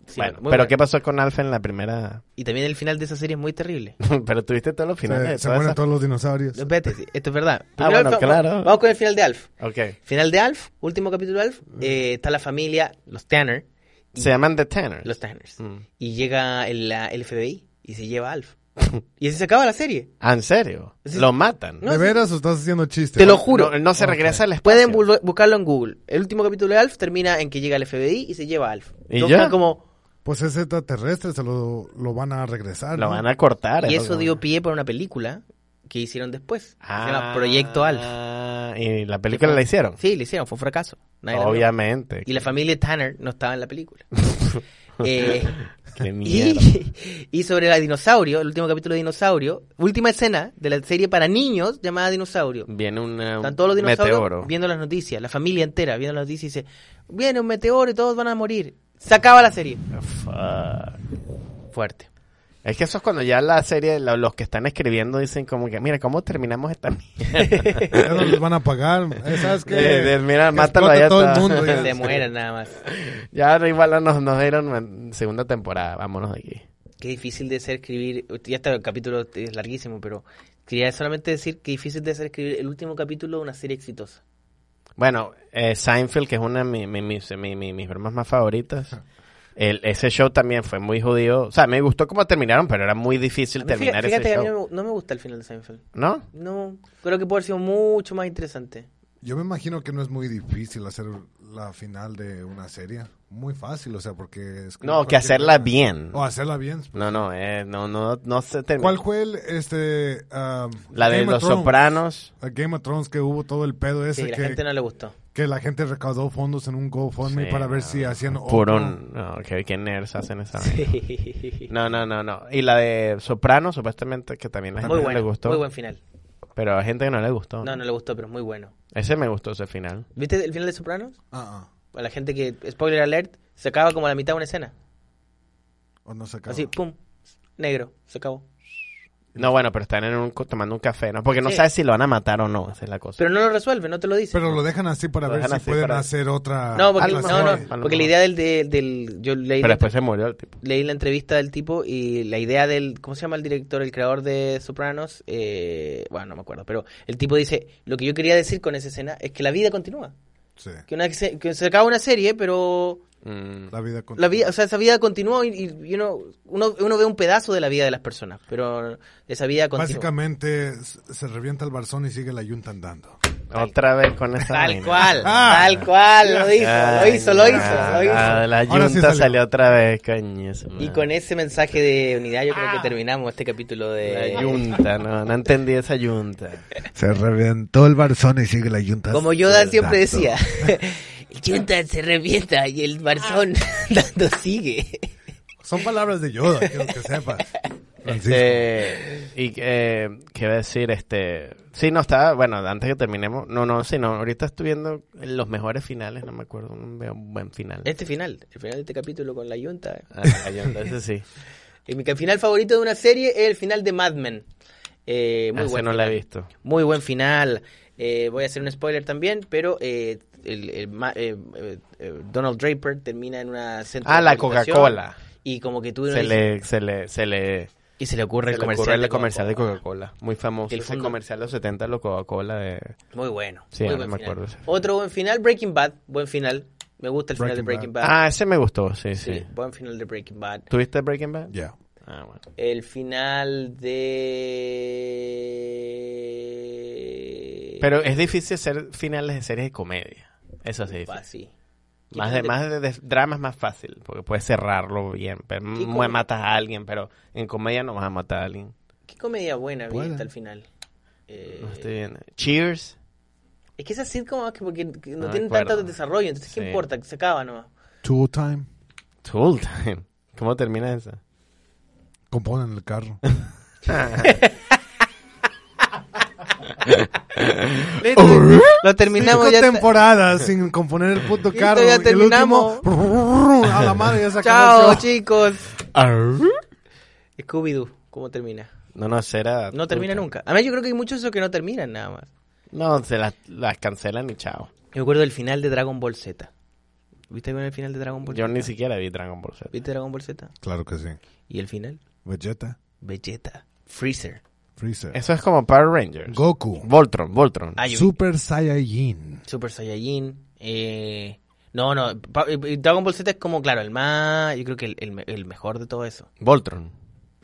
Sí,
Bueno, pero
muy bueno.
¿qué pasó con Alfa en la primera?
Y también el final de esa serie es muy terrible.
pero tuviste todos los finales.
Se,
de
se
todas
mueren
esas-
todos los dinosaurios.
No, espérate, sí, esto es verdad.
Ah, bueno,
vamos-
claro.
Vamos con el final de Alf.
Ok.
Final de Alf, último capítulo de Alf,
Mm.
eh, está la familia, los Tanner,
Se llaman The Tanner.
los Tanners.
Mm.
Y llega el, la- el FBI y se lleva a Alf. y así se acaba la serie.
Ah, ¿En serio?
Sí.
Lo matan.
No,
¿De
sí.
veras o estás haciendo chistes?
Te lo juro.
No, no se regresa al espacio.
Pueden bu- buscarlo en Google. El último capítulo de Alf termina en que llega el FBI y se lleva a Alf.
¿Y
Entonces,
ya?
como,
Pues ese extraterrestre se lo, lo van a regresar.
Lo
¿no?
van a cortar.
y
es
eso
lo que-
dio pie para una película que hicieron después. que
Ah,
se llama Proyecto Alf.
¿Y la película la hicieron?
Sí, le hicieron, fue un fracaso. Nadie la vio.
Obviamente.
Y la familia Tanner no estaba en la película. Eh,
Qué mierda.
y, y sobre la dinosaurio, el último capítulo de dinosaurio, última escena de la serie para niños llamada dinosaurio.
Viene una-
Están
un
todos los dinosaurios
meteoro.
viendo las noticias, la familia entera viendo las noticias y dice, viene un meteoro y todos van a morir. Se acaba la serie.
Fuck.
Fuerte.
Es que eso es cuando ya la serie, lo- los que están escribiendo dicen como que, mira, ¿cómo terminamos esta mierda?
Ya no les van a pagar. Eh, ¿Sabes qué?
Eh, de- mira,
Que
mátalo,
explote
ya
todo
está.
el mundo. ya.
Se mueran nada más.
ya igual nos, nos dieron segunda temporada, vámonos de aquí.
Qué difícil de ser escribir. Ya está, el capítulo es larguísimo, pero quería solamente decir que difícil de ser escribir el último capítulo de una serie exitosa.
Bueno, eh, Seinfeld, que es una de mi- mi- mis, mi- mi- mis bromas más favoritas. El- ese show también fue muy judío. O sea, me gustó cómo terminaron, pero era muy difícil
A mí,
terminar
fíjate, fíjate
ese
que a
show.
mí no me- no me gusta el final de Seinfeld.
¿No?
No, creo que puede haber sido mucho más interesante.
Yo me imagino que no es muy difícil hacer la final de una serie. Muy fácil, o sea, porque... es como
No, que
cualquier
hacerla
cosa.
bien.
O hacerla bien.
No, no, eh, no, no, no se terminó.
¿Cuál fue el, este... um,
La de
Game of
Los
Thrones?
Sopranos.
A Game of Thrones que hubo todo el pedo
Sí,
ese
la
que,
gente no le gustó.
que la gente recaudó fondos en un GoFundMe
Sí,
para ver
no,
si hacían otro.
Puro. No, que, que nerds hacen esa. vaina. No, no, no, no. Y la de Sopranos, supuestamente, que también a la
Muy
gente
bueno,
le gustó.
muy buen final.
Pero a gente que no le gustó.
No, no le gustó, pero muy bueno.
Ese me gustó, ese final.
¿Viste el final de Sopranos?
Ah, ah.
A la gente que, spoiler alert, se acaba como a la mitad de una escena.
O no se acaba.
Así, pum, negro, se acabó.
No, bueno, pero están en un, co- tomando un café, ¿no? Porque no
Sí.
sabes si lo van a matar o no, esa es la cosa.
Pero no lo resuelve, no te lo dice.
Pero lo dejan así para
Lo
ver
dejan
si
así
pueden
para-
hacer otra...
no,
A
porque,
lo
otra
no, no,
mejor,
serie.
a lo
porque la
mejor.
idea del, del, del- yo leí,
Pero
la,
después se murió el tipo.
leí la entrevista del tipo y la idea del, ¿cómo se llama el director, el creador de Sopranos? Eh, bueno, no me acuerdo, pero el tipo dice, lo que yo quería decir con esa escena es que la vida continúa.
Sí,
Que, una, se- que se acaba una serie, pero
Mm.
la vida con...
la vida, o sea, esa vida continúa y, y- y uno, uno, uno ve un pedazo de la vida de las personas, pero esa vida continúa.
Básicamente s- se revienta el barzón y sigue la yunta andando.
Otra vez con esa.
Tal
vaina.
cual,
Ah.
tal cual, lo hizo, lo
Ay,
hizo, lo hizo,
ah,
lo hizo.
ah, la
Ahora
yunta
sí
salió.
salió.
otra vez, coño. su madre.
Y con ese mensaje de unidad yo creo que terminamos este capítulo
La
de...
yunta, no, no entendí esa yunta.
Se reventó el barzón y sigue la yunta
Como Yoda siempre decía,
El chunta se revienta y el barzón.
dando sigue.
Son palabras de Yoda, quiero que sepas. Francisco.
Este, y eh, qué iba a decir, este, sí, no estaba, bueno, antes que terminemos, no, no, sí, no, ahorita estoy viendo los mejores finales, no me acuerdo, no veo un buen final.
Este final, el final de este capítulo con la yunta.
Ah, la yunta, ese sí.
Y mi ca- final favorito de una serie es el final de Mad Men. Eh, muy
Ah, Ese
bueno.
no la he visto.
Muy buen final. Eh, voy a hacer un spoiler también, pero eh, el, el ma- eh, eh, eh, Donald Draper termina en una centro
Ah,
de
la
rehabilitación
Coca-Cola.
Y como que tú
Se le, se le, se le,
y se le ocurre
se
el
le
comercial,
ocurre el
de
comercial de
Coca-Cola.
Coca-Cola, muy famoso,
Del
ese
fondo.
comercial de los 70, lo Coca-Cola de...
Muy bueno.
Sí,
muy
ahora
buen
me
final.
acuerdo ese.
Otro buen final, Breaking Bad. Buen final. Me gusta el final de
Breaking
Breaking Bad.
Ah, ese me gustó, sí,
sí.
sí.
Buen final de Breaking Bad.
¿Tuviste Breaking Bad?
Ya.
Ah, bueno.
El final de.
Pero es difícil hacer finales de series de comedia. Eso sí.
Ah, sí.
Más de, más de, de drama es más fácil, porque puedes cerrarlo bien. Pero
¿Y
mu-
cómo?
matas a alguien, pero en comedia no vas a matar a alguien.
¿Qué comedia buena vi
Buena.
hasta el final? Eh,
No estoy viendo. Cheers.
es que esas sitcom más que porque que no,
No me
tienen
acuerdo.
tanto desarrollo, entonces ¿qué
Sí.
importa? Que se acaba nomás.
Tool time.
Tool time. ¿Cómo termina esa?
Componen el carro.
Lo
Cinco temporadas sin componer el puto
Listo,
carro.
ya
y el
terminamos.
último, a la madre ya se acabó
Chao,
el show.
chicos. Scooby-Doo, ¿cómo termina?
No, no, será.
No termina
Tool
nunca. Además, yo creo que hay muchos de esos que no terminan nada más.
Time. No, se las, las cancelan y chao.
Yo recuerdo el final de Dragon Ball Z. ¿Viste bien el final de Dragon Ball
Yo
Z?
ni siquiera vi Dragon Ball Z.
¿Viste Dragon Ball Z?
Claro que sí.
¿Y el final?
Vegeta,
Vegeta. Freezer.
Freezer,
Eso es como Power Rangers.
Goku,
Voltron, Voltron.
Ah, yo-
Super Saiyajin.
Super Saiyajin. eh, no, no. pa- eh, Dragon Ball Z es como, claro, el más. Yo creo que el, el me- el mejor de todo eso.
Voltron.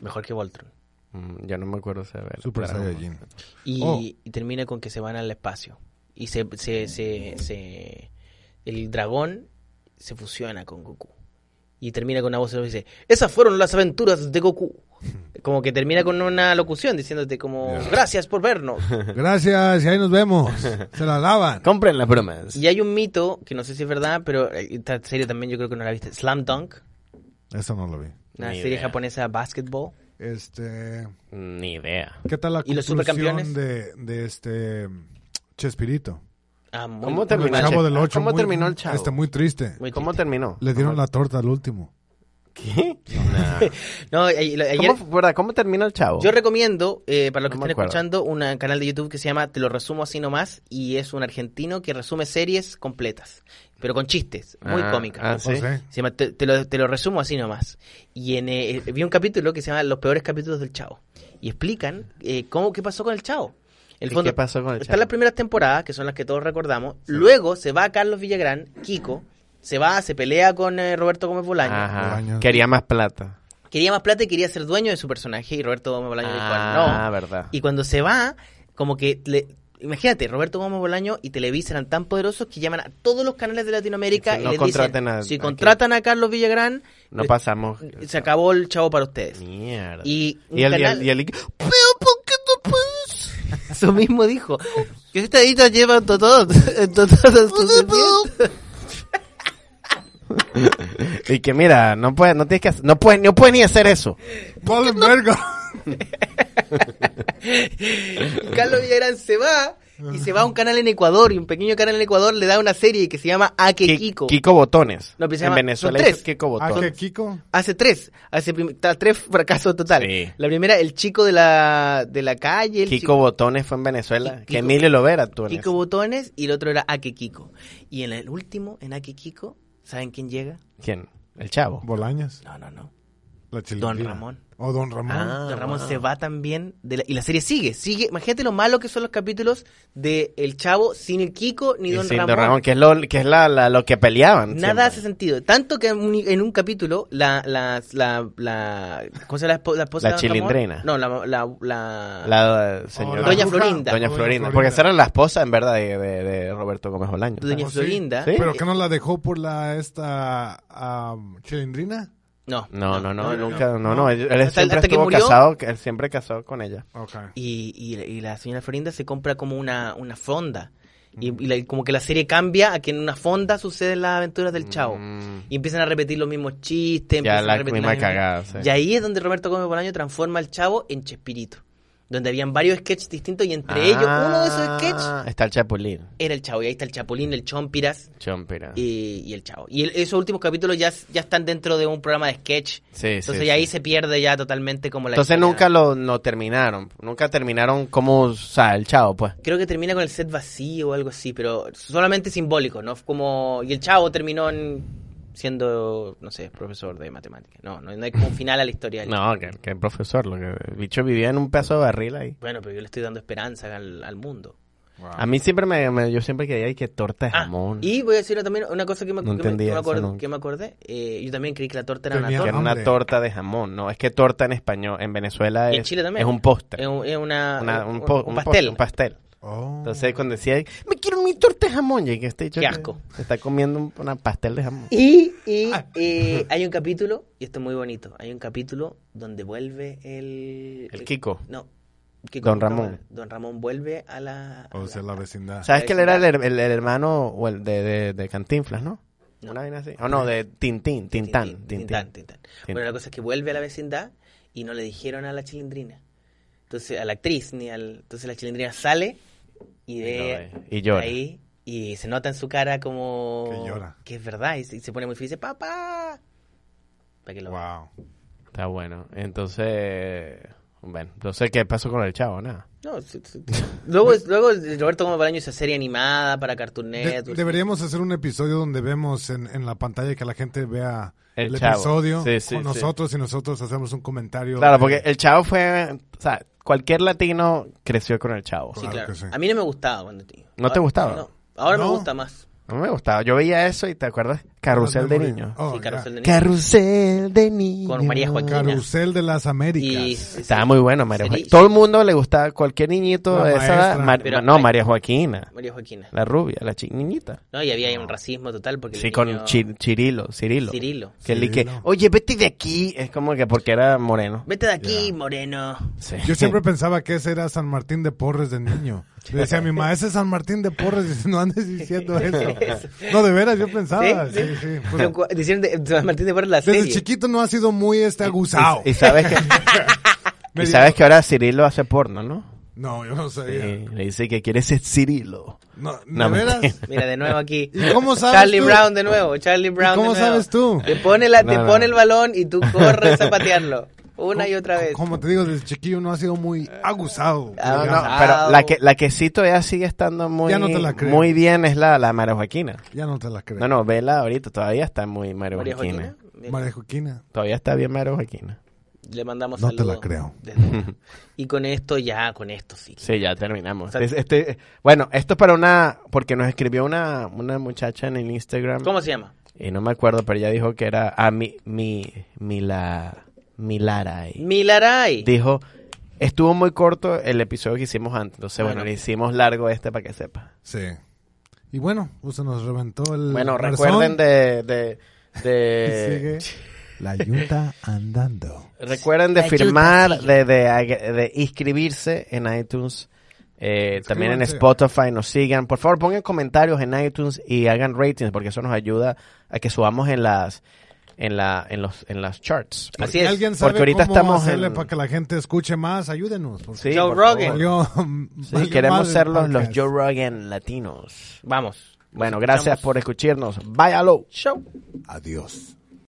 Mejor que Voltron.
Mm, Yo no me acuerdo si era
Super
Dragon Ball.
Saiyajin.
Y,
Oh.
y termina con que se van al espacio. Y se, se, se, se- El dragón se fusiona con Goku. Y termina con una voz que dice: Esas fueron las aventuras de Goku. Como que termina con una locución diciéndote, como,
Ya.
gracias por vernos.
Gracias y ahí nos vemos. Se la lavan.
Compren las bromas.
Y hay un mito, que no sé si es verdad, pero eh, esta serie también yo creo que no la viste. Slam Dunk,
Eso no lo vi.
una
Ni
serie
idea.
japonesa basketball.
Este,
Ni idea.
¿qué tal la
¿Y los
conclusión
supercampeones?
de, de este Chespirito?
Ah, muy-
¿Cómo
Con
terminó
el
el
chavo
Chavo?
del ocho,
¿Cómo
muy-
terminó el Chavo?
Este muy triste.
muy
¿Cómo
triste.
terminó?
Le dieron la torta al último.
¿Qué?
Ajá.
No, a- lo- ayer-
¿Cómo, fue- verdad, ¿Cómo termina el chavo?
yo recomiendo, eh, para los que
No me
estén
acuerdo.
escuchando, un canal de YouTube que se llama Te lo resumo así nomás y es un argentino que resume series completas, pero con chistes, muy
Ah,
cómicas.
ah, sí.
José.
Se llama, te, te lo, te lo resumo así nomás. Y en, eh, vi un capítulo que se llama Los peores capítulos del Chavo. Y explican eh, cómo, qué pasó con el Chavo. En
¿Y qué pasó con el
Están
Chavo?
las primeras temporadas, que son las que todos recordamos. Luego se va Carlos Villagrán, Kiko. Se va, se pelea con eh, Roberto Gómez Bolaño.
Ajá.
Bolaños.
Quería más plata.
Quería más plata y quería ser dueño de su personaje. Y Roberto Gómez Bolaño dijo,
ah,
no.
verdad.
Y cuando se va, como que... le- Imagínate, Roberto Gómez Bolaño y Televisa eran tan poderosos que llaman a todos los canales de Latinoamérica
Y
y,
si no
les
contratan
dicen,
a-
si
a
contratan a Carlos Villagrán,
no
eh,
pasamos.
se acabó el chavo para ustedes.
Mierda.
Y, un
Y el, y
canal-
el- y el-
Pero ¿por qué no puedes? Eso mismo dijo. Que esta edita lleva todo,
y que mira, no puedes, no tienes que, hacer- no puedes, no puedes ni hacer eso.
Valen verga.
Carlos Villagrán se va y se va a un canal en Ecuador y un pequeño canal en Ecuador le da una serie que se llama Ake
Ki-
Kiko.
Kiko Botones.
No, pero se
en
llama-
Venezuela
son tres.
dices Kiko
Ah, que
Botones.
Kiko.
Hace tres, hace prim- ta- tres fracasos total.
Sí.
La primera, el chico de la, de la calle. El
Kiko
chico-
Botones fue en Venezuela.
Ki-
que
Kiko-
Emilio Lovera tú
Kiko Botones y el otro era Ake Kiko. Y en el último, en Ake Kiko, ¿saben quién llega?
¿Quién? El chavo.
Bolaños.
No, no, no.
La chilindrina.
Don Ramón. Ah,
O Don Ramón.
Don Ramón se va también de la- y la serie sigue, sigue. Imagínate lo malo que son los capítulos de El Chavo sin el Kiko ni
Y
Don
sin
Ramón.
Don Ramón, que es lo que es la, la- lo que peleaban.
Nada hace
siempre.
sentido. Tanto que en un, en un capítulo la la la, la ¿cómo se llama la, espo- la esposa
La
de Don Ramón?
chilindrina.
No, la la, la-
La eh, señora
la
Doña
bruja.
Florinda.
Doña
Doña
Florinda,
Florinda.
porque esa era la esposa en verdad de, de- de Roberto Gómez Bolaño.
Doña
Oh, sí.
Florinda.
Sí.
¿Pero que no la dejó por la esta am, chilindrina?
No,
No, no, no,
no.
nunca, no, no, él, él
Hasta-
siempre
hasta que
estuvo
murió.
casado, que él siempre casado con ella.
Ok.
Y, y, y la señora Florinda se compra como una, una fonda. Y,
Mm.
y la- como que la serie cambia a que en una fonda suceden las aventuras del chavo.
Mm.
Y empiezan a repetir los mismos chistes.
Ya
empiezan a
la
repetir
misma
las mismas-
cagada, sí.
Y ahí es donde Roberto Gómez Bolaño transforma al chavo en Chespirito. Donde habían varios sketches distintos y entre ellos uno
Ah.
de esos sketches
sketches Está el Chapulín,
era el chavo. Y ahí está el Chapulín, el Chompiras
Chompira.
y, y el chavo. Y el- esos últimos capítulos ya, ya están dentro de un programa de sketch.
Sí,
Entonces
sí,
ya ahí
sí.
se pierde ya totalmente como la
Entonces
historia.
nunca lo, no terminaron, nunca terminaron como, o sea, el chavo, pues.
Creo que termina con el set vacío o algo así, pero solamente simbólico, ¿no? Como... Y el chavo terminó en- siendo, no sé, profesor de matemáticas. No, no, no hay como un final a la historia. del chavo.
No, que, que el profesor, lo que, el bicho vivía en un pedazo de barril ahí.
Bueno, pero yo le estoy dando esperanza al, al mundo.
A mí siempre me, me- yo siempre quería ay, que torta de
Ah,
jamón.
y voy a decir también una cosa que me,
No
que me- que
entendía
me
eso
acordé.
nunca.
que me acordé. Eh, yo también creí que la torta era una
Tenía
Que
torta.
era una
Hombre.
torta de jamón, no, es que torta en español, en Venezuela
Y
es,
en Chile también.
es un postre.
Es un- es una,
Una- un,
un-
po-
un
un
pastel.
postre, un pastel.
Oh.
Entonces cuando decía, me quiero mi torta de jamón, llegué este hecho
Qué
que
asco.
se está comiendo un una pastel de jamón.
Y, y, eh, hay un capítulo, y esto es muy bonito, hay un capítulo donde vuelve el...
El Kiko.
No. Kiko
Don
nunca
Ramón.
vuelve. Don Ramón vuelve a la... a
O sea, la
a-
vecindad.
¿Sabes que él era el, her- el- el hermano o el de, de, de Cantinflas, no? Una vaina así. O no, de Tintín, Tintán,
Tin- tin-
Tintán.
Tintán, Tintán. Bueno, la cosa es que vuelve a la vecindad y no le dijeron a la chilindrina. Entonces, a la actriz, ni al... Entonces la chilindrina sale y ve
lo ve, y llora.
ahí y se nota en su cara como...
Que llora.
Que es verdad y se, y se pone muy feliz y dice, papá. Para que lo vea.
Wow.
Está bueno. Entonces, bueno, entonces, ¿qué pasó con el chavo? Nada.
No, sí, sí. luego, luego el Roberto Gómez Bolaño hizo serie animada para Cartoon
De-
Eh,
Network.
deberíamos hacer un episodio donde vemos en, en la pantalla que la gente vea
El
el,
chavo.
episodio
Sí, sí,
con
sí.
nosotros y nosotros hacemos un comentario.
Claro,
de-
porque el chavo fue, o sea, cualquier latino creció con el chavo.
Sí,
Claro
claro.
que sí.
A mí no me gustaba cuando tío.
¿No te
Ahora-
gustaba?
no. Ahora me
No.
gusta más.
A mí me gustaba. Yo veía eso y te acuerdas, Carrusel de niños.
Oh,
sí, Carrusel
ya.
de Niños.
Carrusel de niños.
Con María Joaquina.
Carrusel de las
Y-
Américas.
Estaba muy bueno, María
Sí,
Joaquina.
sí.
Todo el mundo le gustaba, cualquier niñito
La
de esa edad.
maestra.
Mar-
Pero-
no, María Joaquina.
María Joaquina.
La rubia, la chi- niñita.
No, y había ahí un racismo total porque el
Sí, con
niño-
Chi- Chirilo, Cirilo.
Cirilo.
Que le que,
Cirilo.
oye, vete de aquí. Es como que porque era moreno.
Vete de aquí, moreno.
Sí.
Yo siempre pensaba que ese era San Martín de Porres de niño. Le decía a mi mamá, ese es San Martín de Porres. Dice, no andes diciendo eso. No, de veras, yo pensaba.
Sí,
Sí, sí. pues,
Pero cu- Decían de de San Martín de Porres la
desde
serie.
chiquito no ha sido muy este aguzado.
Y sabes que, y
Me
sabes que ahora Cirilo hace porno, ¿no?
No, yo no sabía.
Eh, le dice que quiere ser Cirilo.
No, ¿de
No,
veras?
mentira.
Mira, de nuevo aquí.
¿Y cómo sabes
Charlie
tú?
Brown de nuevo, Charlie Brown.
cómo
de nuevo.
sabes tú?
Te pone, la, te
No, no.
pone el balón y tú corres a patearlo. Una y otra vez.
Como te digo, desde chiquillo no ha sido muy aguzado.
Ah,
No,
digamos.
no, pero la que, la que sí todavía sigue estando muy,
Ya no te la creo.
muy bien es la, la María Joaquina.
Ya no te la creo.
No, no, vela ahorita, todavía está muy María
María
Joaquina.
Joaquina. bien.
María Joaquina.
Todavía está bien María Joaquina.
Le mandamos
No te
saludos
la creo.
desde acá. Y con esto ya, con esto sí.
Sí, ya terminamos.
sea-
Es- este- bueno, esto es para una, porque nos escribió una, una muchacha en el Instagram.
¿Cómo se llama?
Y no me acuerdo, pero ella dijo que era a mi, mi, mi la, mi Laray.
Milaray.
Dijo, estuvo muy corto el episodio que hicimos antes, entonces bueno,
Bueno.
le hicimos largo este para que sepa.
Sí. Y bueno, pues se nos reventó el.
Bueno,
garzón.
recuerden de, de, de
Sigue la yunta andando.
recuerden de
Ayuda,
firmar,
sí.
de, de, ag- de inscribirse en iTunes. eh, también en
Suscríbanse.
Spotify nos sigan. Por favor, pongan comentarios en iTunes y hagan ratings porque eso nos ayuda a que subamos en las en la en los en las charts.
Así es.
¿Alguien sabe
Porque ahorita
cómo
estamos
hacerle
en-
para que la gente escuche más? Ayúdenos. porque
Sí,
Joe
por
Rogan.
favor.
valió-
Sí,
valió
queremos
madre el
ser los, los
podcast.
Joe Rogan latinos.
Vamos.
Bueno,
Nos
gracias
escuchamos.
por escucharnos. Bye, aló.
Chau.
Adiós.